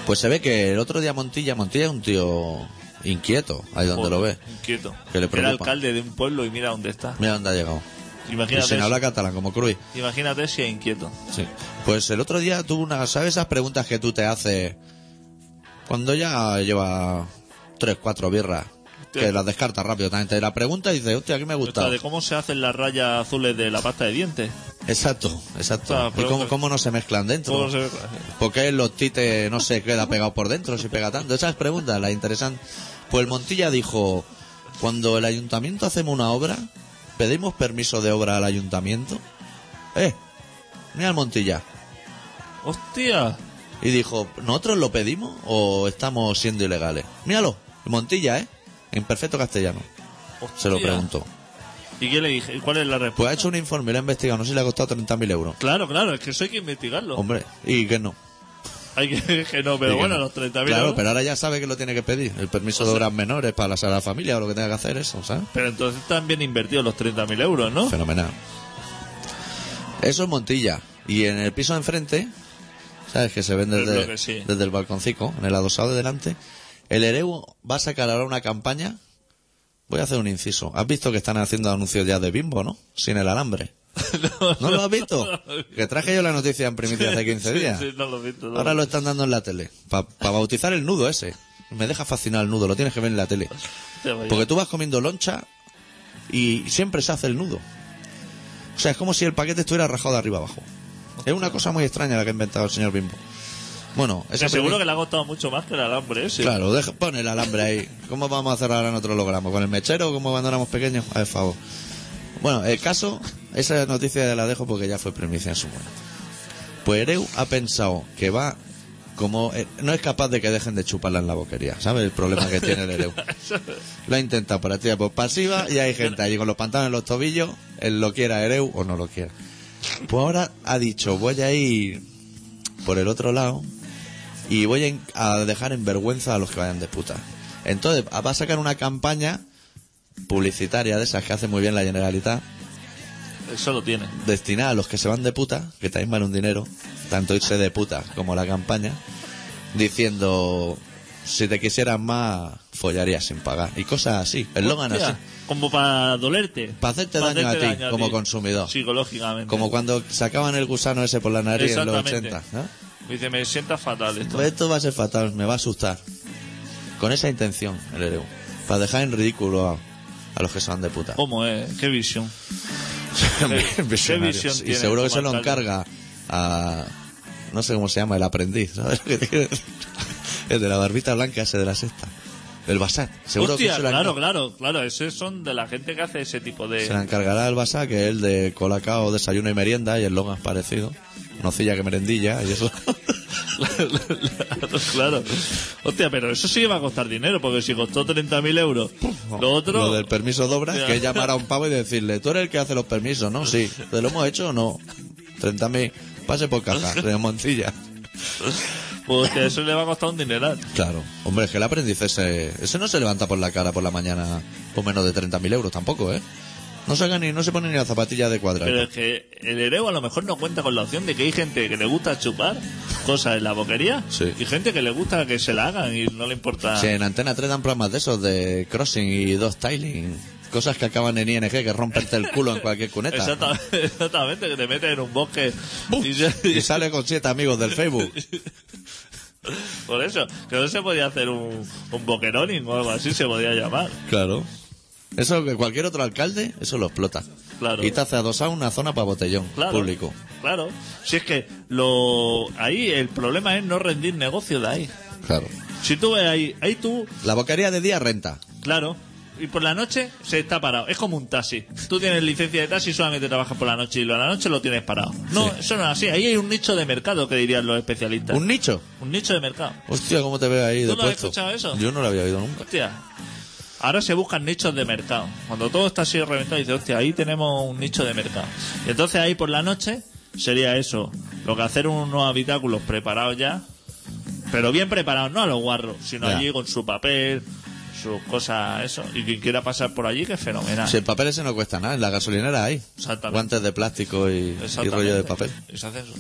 Pues se ve que el otro día Montilla, Montilla es un tío inquieto, ahí donde lo Joder, ve. Inquieto. Que le Era preocupa. alcalde de un pueblo y mira dónde está. Mira dónde ha llegado. Y Imagínate, sin hablar catalán, como Cruz. si- imagínate si es inquieto. Sí. Pues el otro día tuvo una, ¿sabes esas preguntas que tú te haces cuando ya lleva tres, cuatro birras? Hostia. Que las descartas rápido también. Te la pregunta y dices, hostia, aquí me O sea, gusta. de cómo se hacen las rayas azules de la pasta de dientes. Exacto, exacto. Esta ¿Y cómo, pregunta- cómo no se mezclan dentro? Todo se ve- ¿Por qué los tites no se queda pegado por dentro si pega tanto? Esas preguntas las interesan. Pues el Montilla dijo, cuando el ayuntamiento hacemos una obra, pedimos permiso de obra al ayuntamiento. Eh, mira el Montilla. ¡Hostia! Y dijo, ¿nosotros lo pedimos o estamos siendo ilegales? Míralo, el Montilla, ¿eh? En perfecto castellano. ¡Hostia! Se lo preguntó. ¿Y qué le dije? ¿Cuál es la respuesta? Pues ha hecho un informe, le ha investigado, no sé si le ha costado 30.000 euros. Claro, claro, es que eso hay que investigarlo. Pues- Hombre, y que no. Hay que, que no, pero Y que bueno, no. los 30.000 Claro, euros. pero ahora ya sabe que lo tiene que pedir. El permiso de obras menores para la sala de familia o lo que tenga que hacer, eso, ¿sabes? Pero entonces están bien invertidos los 30.000 euros, ¿no? Fenomenal. Eso es Montilla. Y en el piso de enfrente, ¿sabes? Que se ven Yo creo desde, que sí. desde el balconcico, en el adosado de delante. El Ereu va a sacar ahora una campaña. Voy a hacer un inciso. Has visto que están haciendo anuncios ya de bimbo, ¿no? Sin el alambre. ¿No lo has visto? Que traje yo la noticia en primicia hace 15 Sí, días. sí, no lo he visto, no Ahora lo- lo están dando en la tele. Para bautizar el nudo ese. Me deja fascinado el nudo, lo tienes que ver en la tele. Hostia, vaya. Porque tú vas comiendo loncha y siempre se hace el nudo. O sea, es como si el paquete estuviera rajado de arriba abajo. Es una cosa muy extraña la que ha inventado el señor Bimbo. Bueno, Que esa seguro que premisa- le ha costado mucho más que el alambre ese. Claro, deja, pone el alambre ahí. ¿Cómo vamos a cerrar ahora nosotros lo logramos? ¿Con el mechero como cuando éramos pequeños? A ver, favor. Bueno, el caso, esa noticia la dejo porque ya fue primicia en su momento. Pues Ereu ha pensado que va como... eh, no es capaz de que dejen de chuparla en la boquería. ¿Sabes el problema que tiene el Ereu? Lo ha intentado por activa y por pasiva y hay gente allí con los pantalones en los tobillos, él lo quiera Ereu o no lo quiera. Pues ahora ha dicho, voy a ir por el otro lado y voy a en- a, dejar en vergüenza a los que vayan de puta. Entonces va a sacar una campaña publicitaria de esas que hace muy bien la Generalitat, Eso lo tiene. destinada a los que se van de puta, que también van un dinero, tanto irse de puta como la campaña, diciendo, si te quisieran más, follarías sin pagar. Y cosas así, eslogan Hostia, así. Como para dolerte. Pa' hacerte daño a ti, como consumidor. Psicológicamente. Como cuando sacaban el gusano ese por la nariz en los Exactamente. 80. ¿no? Me Dice, me sienta fatal esto. Pues esto va a ser fatal, me va a asustar. Con esa intención, el Ereu. Para dejar en ridículo a, a los que se van de puta. ¿Cómo es? ¿Qué visión? ¿Qué Visionarios. visión y tiene seguro que como se lo alcalde? encarga a. No sé cómo se llama, el aprendiz. ¿Sabes lo que te quiero decir? El de la barbita blanca, ese de la sexta. El Basar. Seguro Hostia, que se lo claro, encarga- claro, claro. Esos son de la gente que hace ese tipo de... Se la encargará el Basá, que es el de colacao, desayuno y merienda, y el Logan es parecido. Nocilla que merendilla, y eso. claro, claro. Hostia, pero eso sí que va a costar dinero, porque si costó 30.000 euros, lo otro... Lo del permiso de obra, Ya. que es llamar a un pavo y decirle, tú eres el que hace los permisos, ¿no? Sí. ¿Te lo hemos hecho o no? 30.000, pase por caja, de Montilla. Pues que eso le va a costar un dineral. Claro. Hombre, es que el aprendiz ese, ese no se levanta por la cara por la mañana con menos de 30.000 euros tampoco, ¿eh? No saca ni, no se pone ni la zapatilla de cuadrado. Pero es que el hereo a lo mejor no cuenta con la opción de que hay gente que le gusta chupar cosas en la boquería Sí. y gente que le gusta que se la hagan y no le importa. Si en Antena 3 dan programas de esos, de crossing y dos tiling. Cosas que acaban en ING, que romperte el culo en cualquier cuneta. Exacta- exactamente, que te metes en un bosque. y se- Y sale con siete amigos del Facebook. por eso, que no se podía hacer un, un boqueroning o algo así, se podía llamar. Claro. Eso que cualquier otro alcalde, eso lo explota. Claro. Y te hace adosar una zona para botellón Claro. público. Claro. Si es que lo ahí el problema es no rendir negocio de ahí. Claro. Si tú ves ahí, ahí tú, La boquería de día renta. claro. Y por la noche se está parado. Es como un taxi. Tú tienes licencia de taxi y solamente trabajas por la noche y a la noche lo tienes parado. No, eso no es así. Ahí hay un nicho de mercado que dirían los especialistas. Un nicho. Un nicho de mercado. Hostia, ¿cómo te veo ahí ¿Tú de no has puesto? escuchado eso? Yo no lo había oído nunca. Hostia. Ahora se buscan nichos de mercado. Cuando todo está así reventado, dices, hostia, ahí tenemos un nicho de mercado. Y entonces ahí por la noche sería eso. Lo que hacer unos habitáculos preparados ya, pero bien preparados, no a los guarros, sino Ya. allí con su papel, sus cosas, eso. Y quien quiera pasar por allí, que fenomenal. Si el papel ese no cuesta nada, en la gasolinera hay. Ah. Exactamente. Guantes de plástico y, y Exactamente. rollo de papel. Y se hace eso.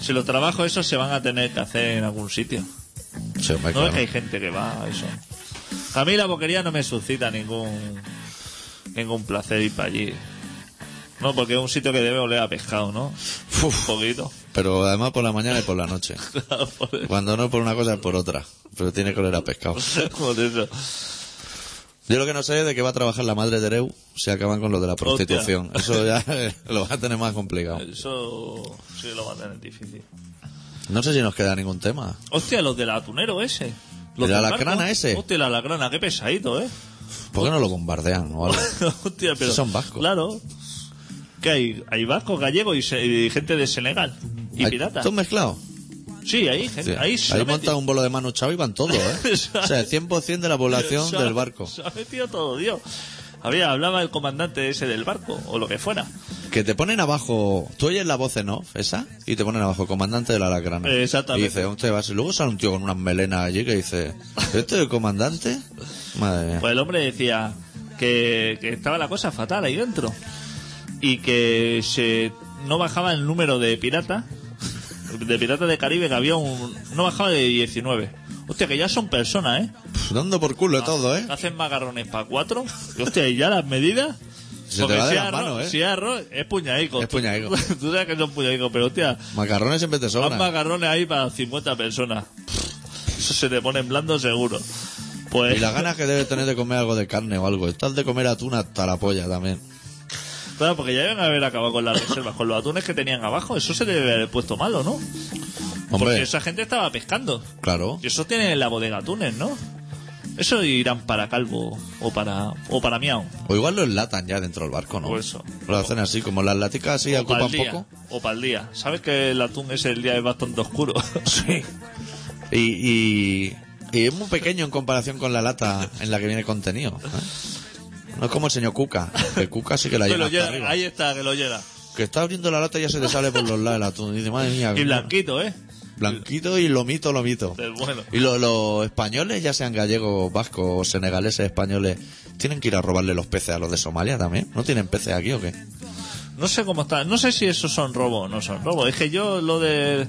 Si los trabajos esos se van a tener que hacer en algún sitio. Sí, hombre, No es claro. que hay gente que va a eso. A mí la boquería no me suscita ningún ningún placer ir para allí. No, porque es un sitio que debe oler a pescado, ¿no? Un Uf, poquito. pero además por la mañana y por la noche. Claro, por- Cuando no por una cosa es por otra. Pero tiene que oler a pescado. por eso. Yo lo que no sé es de qué va a trabajar la madre de Reu si acaban con lo de la prostitución. Eso ya eh, lo vas a tener más complicado. Eso sí lo va a tener difícil. No sé si nos queda ningún tema. Hostia, los del atunero ese. Los ¿El del alacrana barco. ese? Hostia, la alacrana, qué pesadito, ¿eh? ¿Por qué no lo bombardean o algo? Hostia, pero... Son vascos. Claro. Que hay, hay vascos, gallegos y, se- y gente de Senegal. Y Hay- piratas. ¿Todo mezclado? Sí, ahí, gente, ahí se ha metido- monta un bolo de Manu Chao y van todos, ¿eh? o sea, el 100% de la población Se ha- del barco. Se ha metido todo, Dios. Había, hablaba el comandante ese del barco, o lo que fuera. Que te ponen abajo, tú oyes la voz en off, esa, y te ponen abajo, comandante de la alacrana. Eh, exactamente. Y dice, ¿dónde vas? Y luego sale un tío con unas melenas allí que dice, ¿este es el comandante? Madre mía. Pues el hombre decía que, que estaba la cosa fatal ahí dentro. Y que se, no bajaba el número de piratas, de piratas de Caribe, que había un. No bajaba de 19. Hostia, que ya son personas, ¿eh? Pff, dando por culo todo, ¿eh? Hacen macarrones para cuatro. Y hostia, y ya las medidas. Se te Porque va de si las es arroz- manos, ¿eh? Si es arroz, es puñadico. Es puñadico. Tú sabes que son puñadicos, pero hostia, Macarrones siempre te Más sobran. macarrones ahí para 50 personas. Eso se te pone en blando seguro. Pues, Y las ganas que debes tener de comer algo de carne o algo. Estás de comer atún hasta la polla también. claro, porque ya deben haber acabado con las reservas, con los atunes que tenían abajo. Eso se debe haber puesto malo, ¿no? Porque Hombre, esa gente estaba pescando. claro. Y eso tiene en la bodega atunes, ¿no? Eso irán para Calvo o para o para Miau. O igual lo enlatan ya dentro del barco, ¿no? O Pues eso. Lo hacen así, como las laticas así o ocupan para el día. poco. O para el día. ¿Sabes que el atún ese el día es bastante oscuro? Sí. Y, y- y es muy pequeño en comparación con la lata en la que viene contenido. ¿eh? No es como el señor Cuca. El Cuca sí que la que lleva lo hasta llena, arriba. ahí está, que lo llena. Que está abriendo la lata y ya se te sale por los lados el atún. Y dice, madre mía. Y blanquito, ¿eh? Blanquito y lomito, lomito. Del bueno. Y lo- los españoles, ya sean gallegos, vascos, senegaleses, españoles, tienen que ir a robarle los peces a los de Somalia también. ¿No tienen peces aquí o qué? No sé cómo está. No sé si esos son robos o no son robos. Es que yo lo de.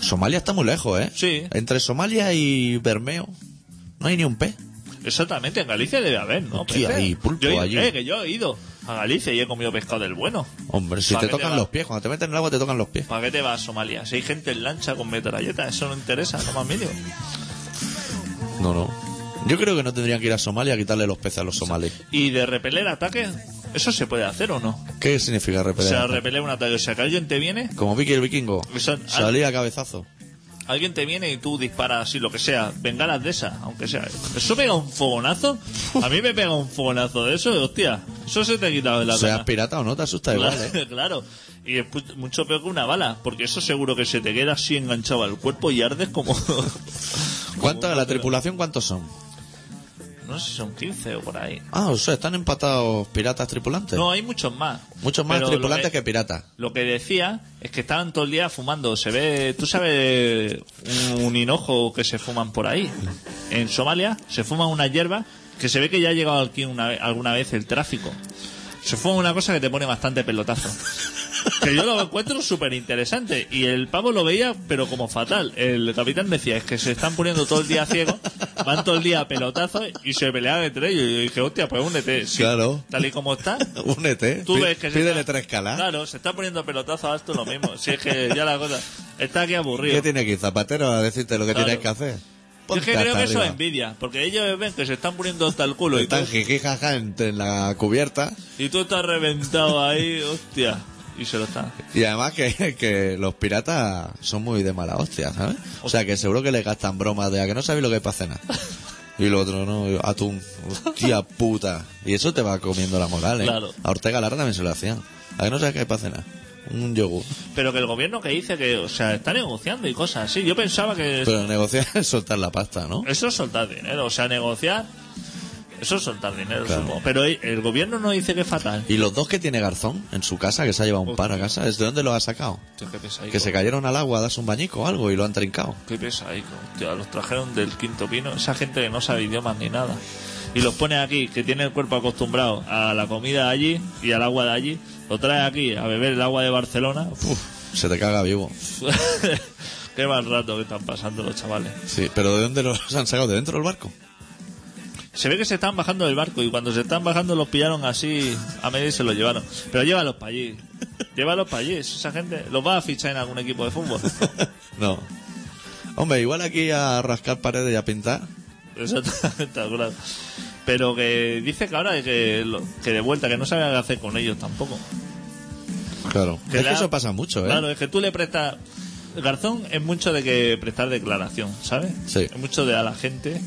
Somalia está muy lejos, ¿eh? Sí. Entre Somalia y Bermeo no hay ni un pez. Exactamente, en Galicia debe haber, ¿no? Hostia, Peces. y pulpo yo he ido- allí. eh, que yo he ido a Galicia y he comido pescado del bueno. Hombre, si te ¿Para qué te tocan va? los pies, cuando te meten en el agua te tocan los pies. ¿Para qué te vas a Somalia? Si hay gente en lancha con metralleta, eso no interesa, no más mínimo. No, no. Yo creo que no tendrían que ir a Somalia a quitarle los peces a los somalíes. Y de repeler ataques, ¿eso se puede hacer o no? ¿Qué significa O repeler? sea, repeler un ataque. O sea, que alguien te viene, Como Vicky el vikingo. Eso- Salía a cabezazo. alguien te viene y tú disparas así, lo que sea, bengalas de esas, aunque sea. ¿Eso pega un fogonazo? A mí me pega un fogonazo de eso, hostia. Eso se te ha quitado de la Seas gana. pirata o no, te asusta igual, Claro, ¿eh? claro. Y es pu- mucho peor que una bala, porque eso seguro que se te queda así enganchado al cuerpo y ardes como... ¿Cuánta- ¿La tripulación cuántos son? No sé si son 15 o por ahí. Ah, o sea, están empatados piratas tripulantes. No, hay muchos más. Muchos más Pero lo tripulantes que... piratas. Lo que decía es que estaban todo el día fumando. Se ve, tú sabes, un, un hinojo que se fuman por ahí. En Somalia se fuman una hierba que se ve que ya ha llegado aquí una, ve- alguna vez el tráfico. Se fuma una cosa que te pone bastante pelotazo. Que yo lo encuentro súper interesante. Y el pavo lo veía, pero como fatal. El capitán decía, es que se están poniendo todo el día ciego Van todo el día a pelotazos y se peleaban entre ellos. Y yo dije, hostia, pues únete. Sí, Claro. Tal y como está. Únete. Tú Pi- ves que se Pídele está- tres calas. Claro, se está poniendo pelotazos, haz tú lo mismo. Si es que ya la cosa. Está aquí aburrido. ¿Qué tiene aquí? ¿Zapatero a decirte lo que Claro. tienes que hacer? Yo es que Ponte creo hasta que eso es arriba. envidia, porque ellos ven que se están poniendo hasta el culo y tú, Están jijijaja en, en la cubierta. y tú estás reventado ahí, hostia. Y se lo está. Y además que, que los piratas son muy de mala hostia, ¿sabes? O sea, que seguro que le gastan bromas de a que no sabéis lo que es para cenar. Y lo otro, no, Y yo, atún, hostia puta. Y eso te va comiendo la moral, ¿eh? Claro. A Ortega Lara también se lo hacían. A que no sabes qué es para cenar. Un yogur. Pero que el gobierno que dice que, o sea, está negociando y cosas así. Yo pensaba que Pero negociar es soltar la pasta, ¿no? eso es soltar dinero, o sea, negociar, eso es soltar dinero, Claro. supongo. Pero el- el gobierno no dice que es fatal. Y los dos que tiene Garzón en su casa, que se ha llevado un par a casa, ¿es de dónde los ha sacado? Hostia, qué pesaico. Que se cayeron al agua, das un bañico o algo y lo han trincado. Qué pesaico. Hostia, los trajeron del quinto pino, esa gente que no sabe idiomas ni nada. Y los pone aquí, que tiene el cuerpo acostumbrado a la comida de allí y al agua de allí. Lo trae aquí a beber el agua de Barcelona. Uf, se te caga vivo. Qué mal rato que están pasando los chavales. Sí, pero ¿de dónde los han sacado? ¿De dentro del barco? Se ve que se están bajando del barco y cuando se están bajando los pillaron así a medio y se los llevaron. Pero llévalos para allí. Llévalos para allí. Esa gente los va a fichar en algún equipo de fútbol. No. Hombre, igual aquí a rascar paredes y a pintar. Exactamente, claro. Pero que dice que ahora que, lo- que de vuelta, que no sabe qué hacer con ellos tampoco. Claro. Que es la- que eso pasa mucho, ¿eh? Claro, es que tú le prestas. Garzón es mucho de que prestar declaración, ¿sabes? Sí. Es mucho de a la gente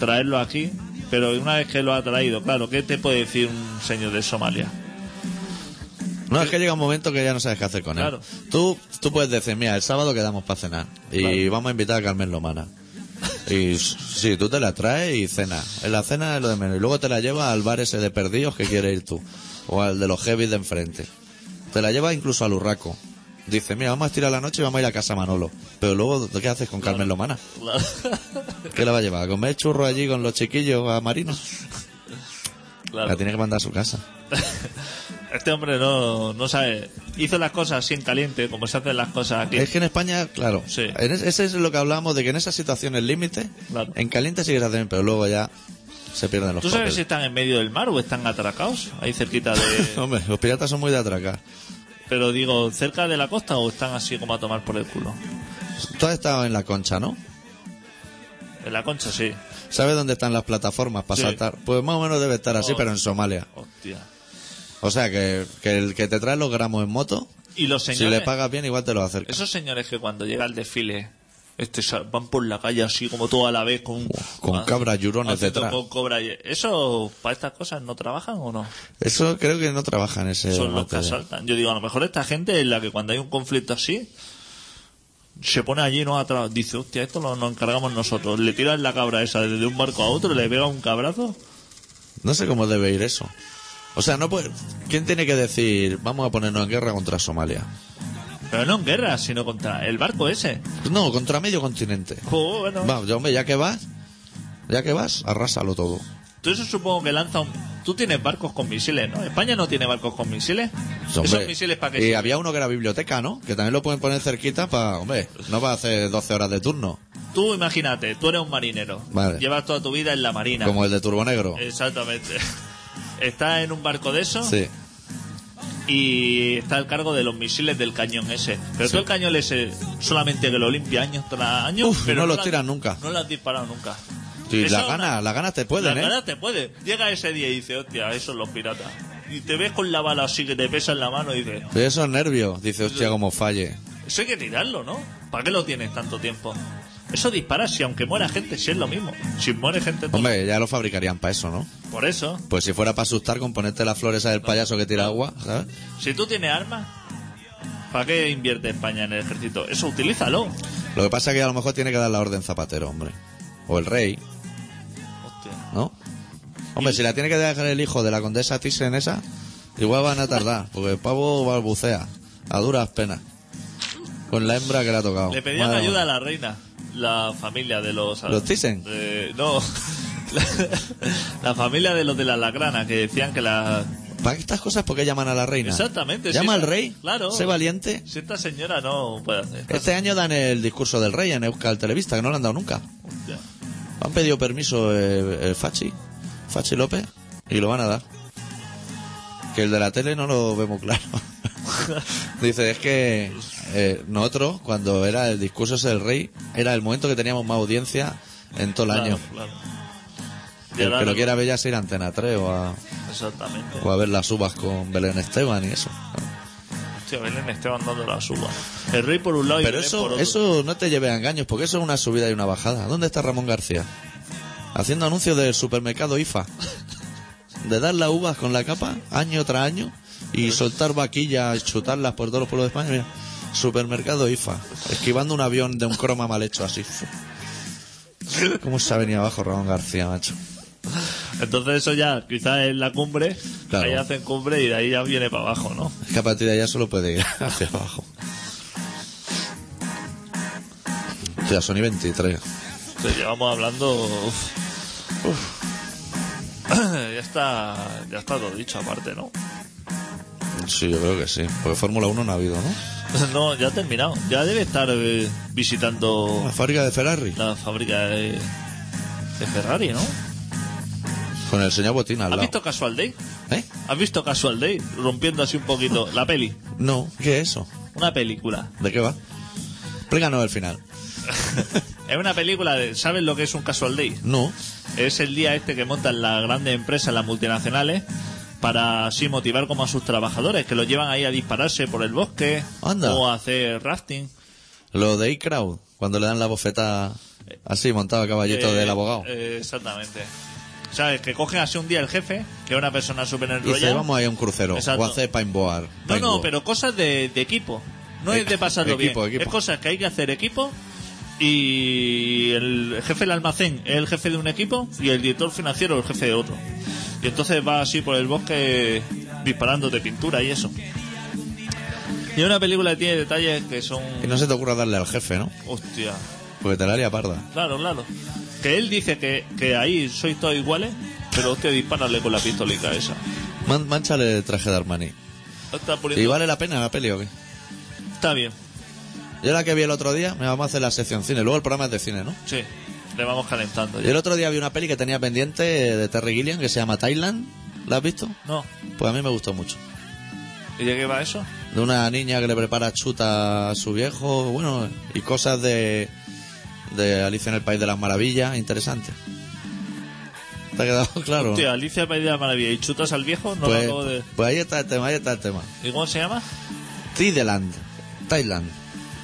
traerlo aquí, pero una vez que lo ha traído, claro, ¿qué te puede decir un señor de Somalia? No, es que llega un momento que ya no sabes qué hacer con él. Claro. Tú, tú puedes decir, mira, el sábado quedamos para cenar y Claro. vamos a invitar a Carmen Lomana. Y s- sí, tú te la traes y cena. En la cena es lo de menos. Y luego te la llevas al bar ese de perdidos que quieres ir tú. O al de los heavy de enfrente. Te la llevas incluso al urraco. Dice, mira, vamos a estirar la noche y vamos a ir a casa Manolo. Pero luego, ¿qué haces con Carmen Lomana? Claro. ¿Qué la va a llevar? ¿A comer churro allí con los chiquillos a Marino? La Claro. tiene que mandar a su casa. Este hombre no, no sabe. Hizo las cosas así en caliente, como se hacen las cosas aquí. Es que en España, claro, Sí. en es- ese es lo que hablamos de que en esas situaciones límite, Claro. en caliente sí que se hacen, pero luego ya se pierden los ¿Tú sabes si papeles. están en medio del mar o están atracados? Ahí cerquita de. Hombre, los piratas son muy de atracar. Pero digo, ¿cerca de la costa o están así como a tomar por el culo? Tú has estado en la concha, ¿no? En la concha, sí. ¿Sabes dónde están las plataformas para Sí. saltar? Pues más o menos debe estar así, Oh. pero en Somalia. Hostia. O sea, que, que el que te trae los gramos en moto, Y los si señores. le pagas bien, igual te los acerca. Esos señores que cuando llega el desfile este, sa- van por la calle así como todo a la vez con, con ah, cabras llorones haciendo detrás. Con cobra y- ¿Eso para estas cosas no trabajan o no? Eso creo que Eh, no trabajan ese... Son los que material. asaltan. Yo digo, a lo mejor esta gente es la que cuando hay un conflicto así se pone allí no atrás. Dice, hostia, esto lo, nos encargamos nosotros. Le tiran la cabra esa desde un barco a otro, le pega un cabrazo. No sé cómo debe ir eso. O sea, no puede... ¿Quién tiene que decir, vamos a ponernos en guerra contra Somalia? Pero no en guerra, sino contra el barco ese. No, contra medio continente. Oh, bueno. Vamos, ya, hombre, ya que vas, ya que vas, arrásalo todo. Tú eso supongo que lanza un... Tú tienes barcos con misiles, ¿no? España no tiene barcos con misiles. Esos Hombre, misiles para y que... había uno que era biblioteca, ¿no? Que también lo pueden poner cerquita para, hombre, no va a hacer 12 horas de turno, Tú imagínate, tú eres un marinero. Vale. Llevas toda tu vida en la marina. como el de Turbo Negro. Eh, Exactamente. Estás en un barco de eso Sí, y está al cargo de los misiles del cañón ese. Pero tú el cañón ese solamente que lo limpia año tras año, Uf, pero no lo la- tiran nunca. No lo has disparado nunca. y Esa las es una- ganas, las ganas te pueden, la ¿eh? cara te puede. Llega ese día y dice, hostia, esos los piratas. Y te ves con la bala así que te pesa en la mano y dices, De esos nervios, dice, hostia, como falle. eso hay que tirarlo, ¿no? ¿Para qué lo tienes tanto tiempo? Eso dispara si aunque muera gente, si es lo mismo. Si muere gente, todo- Hombre, ya lo fabricarían para eso, ¿no? por eso. Pues si fuera para asustar con ponerte la flor esa del payaso que tira agua, ¿sabes? Si tú tienes armas, ¿para qué invierte España en el ejército? Eso utilízalo. Lo que pasa es que a lo mejor tiene que dar la orden Zapatero, hombre. O el rey, Hostia. ¿no? Hombre, si la tiene que dejar el hijo de la condesa Thyssen esa, igual van a tardar, porque el pavo balbucea, a duras penas, con la hembra que le ha tocado. Le pedían Madre ayuda a mía. la reina, la familia de los. ¿Los Thyssen? Eh, no. La, la familia de los de la lacrana que decían que la. ¿Para estas cosas por qué llaman a la reina? Exactamente, ¿Llama sí, al rey? claro. ¿Sé valiente? Si esta señora no puede hacer. Este año dan el discurso del rey en Euskal Televista, que no lo han dado nunca. Hostia. Han pedido permiso el, el Fachi, Fachi López, y lo van a dar. Que el de la tele no lo vemos claro. Dice, es que eh, nosotros, cuando era el discurso ese del rey, era el momento que teníamos más audiencia en todo el Claro, año. claro. Y El ahora que lo no- quiera ver ya se irá a Antena 3 o a, Exactamente. o a ver las uvas con Belén Esteban y eso. Hostia, Belén Esteban dando este la suba. El rey por un lado y Pero Belén por eso, otro. eso no te lleve a engaños, porque eso es una subida y una bajada. ¿Dónde está Ramón García? Haciendo anuncios del supermercado IFA. De dar las uvas con la capa, año tras año, y soltar vaquillas, chutarlas por todos los pueblos de España. Mira, supermercado IFA. Esquivando un avión de un croma mal hecho así. ¿Cómo se ha venido abajo Ramón García, macho? Entonces eso ya, quizás es la cumbre, Claro. ahí hacen cumbre y de ahí ya viene para abajo, ¿no? Es que a partir de allá solo puede ir hacia abajo. Ya son y 23. Entonces llevamos hablando... uf, uf. ya está ya está todo dicho aparte, ¿no? Sí, yo creo que sí. Porque Fórmula 1 no ha habido, ¿no? No, ya ha terminado. Ya debe estar eh, visitando La fábrica de Ferrari. la fábrica de, de Ferrari, ¿no? Con el señor Botín al ¿Has lado. visto Casual Day? ¿Eh? ¿Has visto Casual Day? Rompiendo así un poquito la peli. No, ¿qué es eso? Una película. ¿De qué va? Explícanos el final. Es una película de... ¿Sabes lo que es un Casual Day? No. Es el día este que montan las grandes empresas, las multinacionales, para así motivar como a sus trabajadores, que los llevan ahí a dispararse por el bosque Anda. o a hacer rafting. Lo de iCrowd, cuando le dan la bofeta así, montado a caballito Eh, del abogado. eh, exactamente. ¿Sabes? Que cogen así un día el jefe, que es una persona súper y dice, enrollada. vamos a ir a un crucero. Exacto. O a hacer Pineboard. No, no, pero cosas de, de equipo. No Eh, es de pasarlo equipo, bien. equipo. Es cosas que hay que hacer equipo. Y el jefe del almacén es el jefe de un equipo y el director financiero es el jefe de otro. Y entonces va así por el bosque disparando de pintura y eso. Y es una película que tiene detalles que son... Y no se te ocurra darle al jefe, ¿no? Hostia. Porque te la haría parda. Claro, claro. Que él dice que, que ahí sois todos iguales, pero hostia, dispararle con la pistolica esa. Man- manchale el traje de Armani. Está, poniendo- ¿Y vale la pena la peli o qué? Está bien, Yo la que vi el otro día, me vamos a hacer la sección cine. Luego el programa es de cine, ¿no? sí. Le vamos calentando Yo ya. el otro día vi una peli que tenía pendiente eh, de Terry Gilliam que se llama Thailand. ¿La has visto? No. Pues a mí me gustó mucho. ¿Y de qué va eso? De una niña que le prepara chuta a su viejo, bueno, y cosas de, de Alicia en el País de las Maravillas, interesante. ¿Te ha quedado claro? Tío, Alicia País de la Maravilla y chutas al viejo, no lo pues, acabo de... pues ahí está el tema, ahí está el tema. ¿Y cómo se llama? Thailand, Thailand.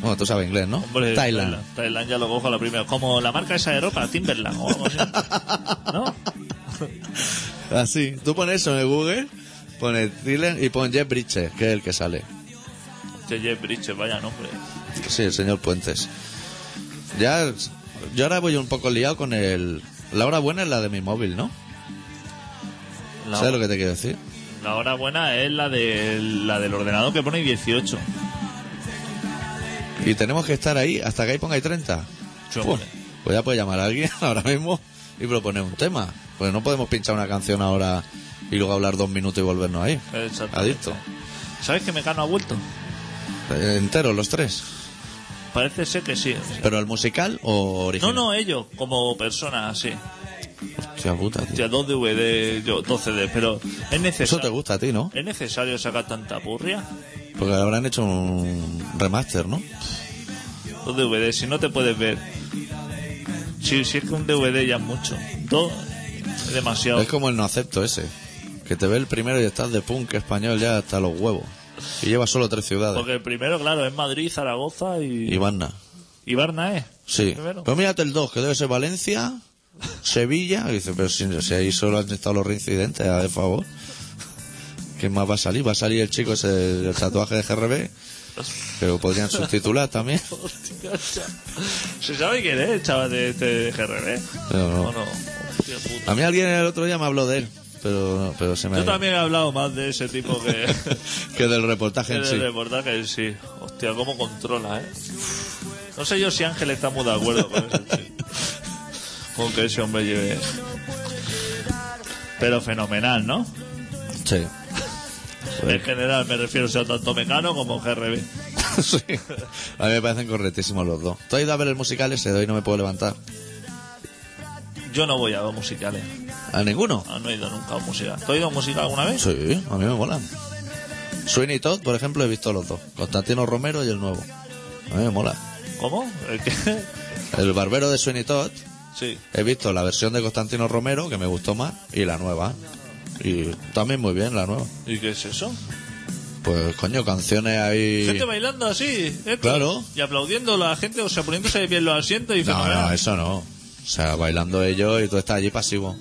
Bueno, tú sabes inglés, ¿no? Hombre, Thailand. Thailand ya lo cojo a la primera. Como la marca esa de ropa, Timberland o algo así. ¿No? Así. Tú pones eso en el Google, pones Thailand y pones Jeff Bridges, que es el que sale. Che, Jeff Bridges, vaya nombre. Sí, el señor Puentes. Ya, yo ahora voy un poco liado con el... La hora buena es la de mi móvil, ¿no? La, ¿Sabes lo que te quiero decir? la hora buena es la, de, la del ordenador que pone 18. Y tenemos que estar ahí hasta que ahí ponga ahí 30. Sí, Puh, hombre. pues ya puede llamar a alguien ahora mismo y proponer un tema. Pues no podemos pinchar una canción ahora y luego hablar dos minutos y volvernos ahí. Exacto. Adicto. ¿Sabes que Mecano ha vuelto? Eh, Enteros los tres. Parece ser que sí. ¿Pero el musical o No, original? no, ellos, como personas, sí. Hostia puta, tío. Hostia, dos DVD, yo, dos CDs, pero es Eso te necesario. gusta a ti, ¿no? ¿Es necesario sacar tanta burria? Porque habrán hecho un remaster, ¿no? Dos DVD, si no te puedes ver. Si, si es que un DVD ya es mucho. Dos es demasiado. Es como el no acepto ese. Que te ve el primero y estás de punk español ya hasta los huevos. Y lleva solo tres ciudades. Porque el primero, claro, es Madrid, Zaragoza y. Y van nada. y Barna, ¿eh? Sí. Primero. Pero mírate el 2, que debe ser Valencia, Sevilla. Y dice, pero si, si ahí solo han estado los reincidentes, a de favor. ¿Qué más va a salir? Va a salir el chico ese del tatuaje de GRB. Que lo podrían subtitular también. Hostia, chaval. ¿Se sabe quién es el chaval de este GRB? Pero no. ¿O no? Hostia puta. A mí alguien el otro día me habló de él. Pero, Ah, no, pero se me ha Yo ido. también he hablado más de ese tipo que. Que del reportaje que en sí. del reportaje en sí. Hostia, cómo controla, ¿eh? No sé yo si Ángel está muy de acuerdo con ese chico. Con que ese hombre lleve. Pero fenomenal, ¿no? Sí. En general me refiero o sea tanto Mecano como GRB. sí. A mí me parecen correctísimos los dos. Tú has ido a ver el musical ese de hoy no me puedo levantar. Yo no voy a ver musicales. ¿A ninguno? Ah, no he ido nunca a un musical. ¿Tú has ido a un musical alguna vez? Sí, a mí me molan. Sweeney Todd, por ejemplo, he visto los dos. Constantino Romero y el nuevo. A mí me mola. ¿Cómo? ¿El qué? El barbero de Sweeney Todd, Sí. he visto la versión de Constantino Romero, que me gustó más, y la nueva. Y también muy bien la nueva. ¿Y qué es eso? Pues coño, canciones ahí... Gente bailando así, esto. Claro. Y aplaudiendo a la gente, o sea, poniéndose de pie en los asientos y No, fenomenal. no, eso no. O sea, bailando ellos y tú estás allí pasivo.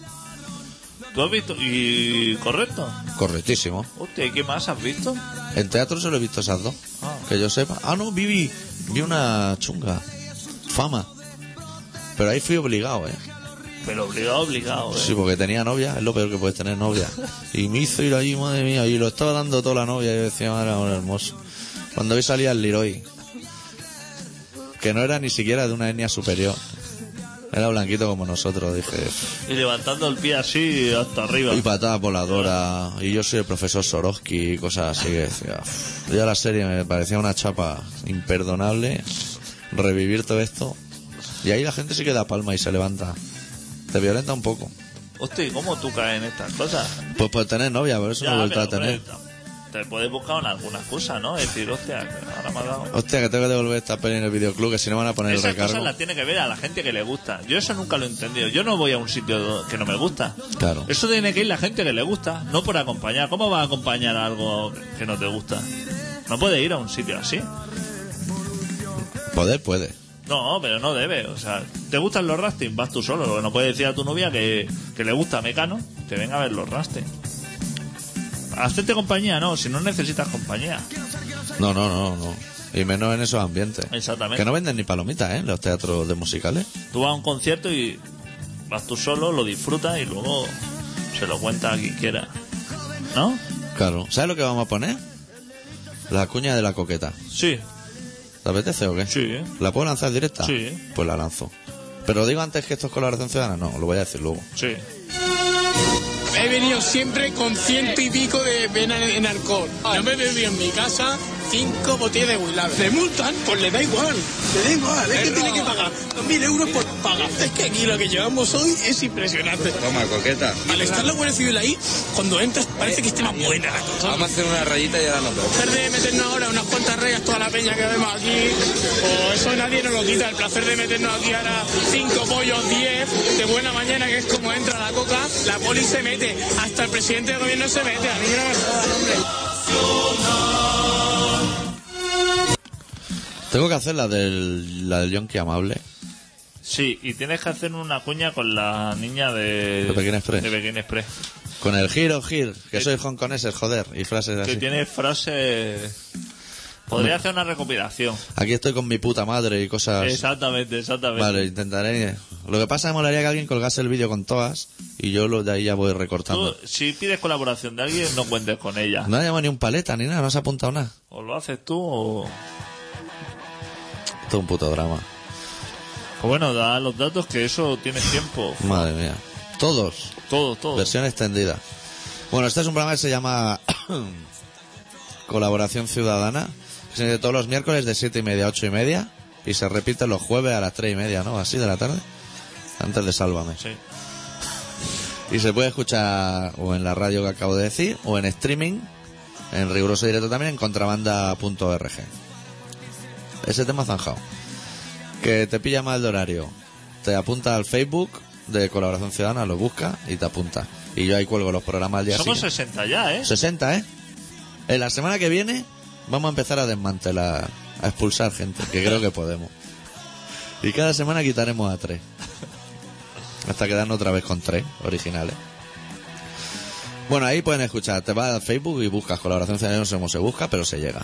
¿Tú has visto? Y correcto. Correctísimo. Hostia, ¿y qué más has visto? En teatro solo he visto esas dos. Ah. Que yo sepa. Ah, no, viví. Vi una chunga. Fama. Pero ahí fui obligado, ¿eh? Pero obligado, obligado, ¿eh? Sí, porque tenía novia. Es lo peor que puedes tener novia. Y me hizo ir ahí, madre mía. Y lo estaba dando toda la novia. Y yo decía, madre mía, hermoso. Cuando vi salía el Leroy. Que no era ni siquiera de una etnia superior. Era blanquito como nosotros, dije. Y levantando el pie así hasta arriba. Y patadas voladoras. Y yo soy el profesor Sorosky y cosas así que decía. "Uf". Ya la serie me parecía una chapa imperdonable. Revivir todo esto. Y ahí la gente se queda palma y se levanta. Te violenta un poco. Hostia, ¿y cómo tú caes en estas cosas? Pues por tener novia, pero eso no vuelta a pero, tener. hombre, Te puedes buscar una, alguna excusa, ¿no? Es decir, hostia, ahora me ha dado... Hostia, que tengo que devolver esta peli en el videoclub, que si no me van a poner el Esas recargo. cosas las tiene que ver a la gente que le gusta. Yo eso nunca lo he entendido. Yo no voy a un sitio do- que no me gusta. Claro. Eso tiene que ir la gente que le gusta, no por acompañar. ¿Cómo va a acompañar a algo que no te gusta? No puede ir a un sitio así. Poder puede. No, pero no debe. O sea, ¿te gustan los rafting? Vas tú solo. Lo que no puedes decir a tu novia que, que le gusta Mecano, que venga a ver los rafting. Hacerte compañía, no, si no necesitas compañía. No, no, no, no. Y menos en esos ambientes. Exactamente. Que no venden ni palomitas, ¿eh? en Los teatros de musicales. Tú vas a un concierto y vas tú solo, lo disfrutas y luego se lo cuenta a quien quiera. ¿No? Claro. ¿Sabes lo que vamos a poner? La cuña de la coqueta. Sí, ¿Te apetece o qué? Sí, ¿eh? ¿La puedo lanzar directa? Sí. Pues la lanzo. Pero digo antes que esto es colaboración ciudadana, no, lo voy a decir luego. sí. He venido siempre con ciento y pico de vena en alcohol. Yo me bebí en mi casa cinco botellas de Willabe. ¿Le multan? Pues le da igual. Le da igual. Es que tiene que pagar mil euros por pagar. Es que aquí lo que llevamos hoy es impresionante. Toma, coqueta. Al estar la Guardia Civil ahí, cuando entras parece que esté más buena la cosa. Vamos a hacer una rayita y ahora nos vemos. placer de meternos ahora unas cuantas rayas toda la peña que vemos aquí, o eso nadie nos lo quita, el placer de meternos aquí ahora cinco pollos, diez, de buena mañana, que es como entra la coca, la poli se mete, hasta el presidente del gobierno se mete, a mí no me jodan, hombre. Tengo que hacer la del, la del Yonki Amable. Sí, y tienes que hacer una cuña con la niña de... De Pekín Express. de Pekín Express. Con el giro, gir, que soy hongkoneses, joder, y frases Que así. tiene frases... Podría hacer una recopilación. Aquí estoy con mi puta madre y cosas. Exactamente, exactamente. Ah, Vale, intentaré. Lo que pasa es que molaría que alguien colgase el vídeo con todas y yo lo de ahí ya voy Tú, recortando. si pides colaboración de alguien, no cuentes con ella. No ha llamado ni un paleta ni nada, no has apuntado nada. O lo haces tú o... Esto es un puto drama. o Bueno, da los datos que eso tiene tiempo. Madre mía. Todos. Todo, todo. Versión extendida. Bueno, este es un programa que se llama Colaboración Ciudadana. que Se emite todos los miércoles de siete y media a ocho y media. Y se repite los jueves a las tres y media, ¿no? Así de la tarde. Antes de Sálvame. Sí. Y se puede escuchar o en la radio que acabo de decir, o en streaming, en riguroso directo también, en contrabanda.org. Ese tema zanjado. Que te pilla mal de horario. Te apunta al Facebook de Colaboración Ciudadana, lo busca y te apunta. Y yo ahí cuelgo los programas al día Somos siguiente. 60 ya, ¿eh? 60, ¿eh? En la semana que viene vamos a empezar a desmantelar, a expulsar gente, que creo que podemos. Y cada semana quitaremos a tres. Hasta quedarnos otra vez con tres originales. Bueno, ahí pueden escuchar. Te vas a Facebook y buscas Colaboración Ciudadana, no sé cómo se busca, pero se llega.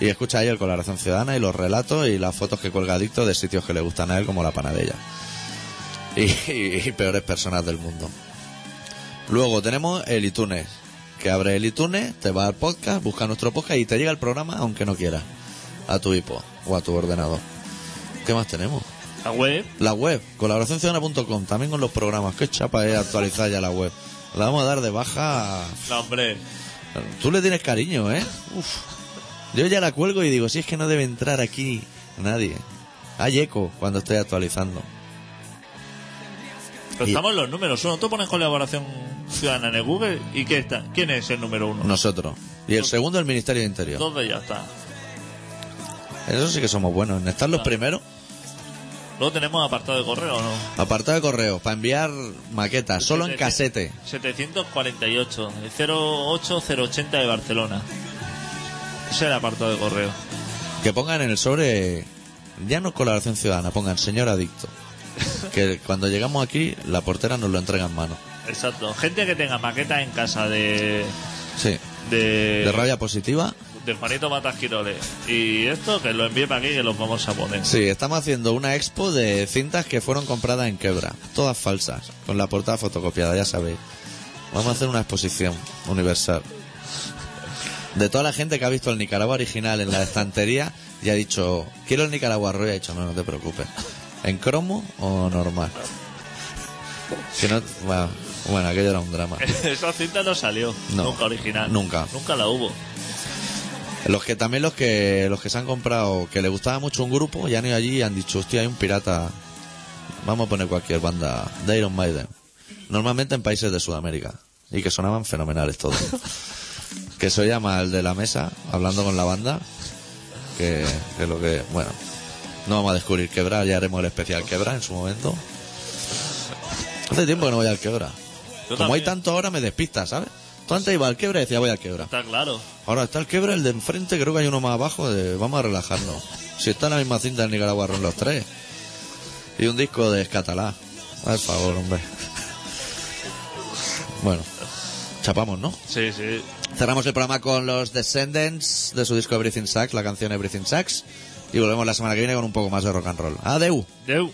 Y escucha ahí el Colaboración Ciudadana y los relatos y las fotos que cuelga Adicto de sitios que le gustan a él, como la panadella. Y, y- y peores personas del mundo. Luego tenemos el iTunes. Que abre el iTunes, te va al podcast, busca nuestro podcast y te llega el programa, aunque no quieras. A tu iPod o a tu ordenador. ¿Qué más tenemos? La web. La web, colaboracionciudadana.com, también con los programas. Qué chapa es actualizar ya la web. La vamos a dar de baja. No, hombre. Tú le tienes cariño, ¿eh? Uf. Yo ya la cuelgo y digo, si es que no debe entrar aquí nadie. Hay eco cuando estoy actualizando. Pero Y- estamos en los números uno. Tú pones colaboración ciudadana en el Google y ¿qué está? ¿quién es el número uno? Nosotros. Y el segundo, el Ministerio de Interior. Dos de ya está. En eso sí que somos buenos. En estar los primeros. Luego tenemos apartado de correo, ¿o ¿no? Apartado de correo. Para enviar maquetas. Solo en Sete- casete. 748, el 08080 de Barcelona. Ese es el apartado de correo. Que pongan en el sobre. Ya no es colaboración ciudadana. Pongan señor adicto. Que cuando llegamos aquí, la portera nos lo entrega en mano. Exacto. Gente que tenga maquetas en casa de. Sí. de. De rabia positiva. de Juanito Matas Quiroles. Y esto, que lo envíe para aquí que los vamos a poner. Sí, estamos haciendo una expo de cintas que fueron compradas en quebra, todas falsas, con la portada fotocopiada, ya sabéis. Vamos a hacer una exposición universal. De toda la gente que ha visto el Nicaragua original en la estantería y ha dicho, quiero el Nicaragua Roy, ha dicho, no, no te preocupes. ¿En cromo o normal? Que no- bueno, bueno, aquello era un drama. Esa cinta no salió. No. Nunca original. Nunca. Nunca la hubo. Los que también los que los que se han comprado, que les gustaba mucho un grupo, ya han ido allí y han dicho, hostia, hay un pirata. Vamos a poner cualquier banda de Iron Maiden. Normalmente en países de Sudamérica. Y que sonaban fenomenales todos. que se llama el de la mesa, hablando con la banda. Que, que lo que. Bueno. No vamos a descubrir quebra, ya haremos el especial quebra en su momento. Hace tiempo que no voy al quebra. Yo Como hay también. tanto ahora me despista, ¿sabes? Tú antes ibas al quebra y decía voy al quebra. Está claro. Ahora está el quebra, el de enfrente, creo que hay uno más abajo, de vamos a relajarnos. Si está en la misma cinta del Nicaragua Ron los tres. Y un disco de Escatalá. Al favor, hombre. Bueno, chapamos, ¿no? Sí, sí. Cerramos el programa con los Descendants de su disco Everything Sucks, la canción Everything Sucks. Y volvemos la semana que viene con un poco más de rock and roll. Adeu. Deu.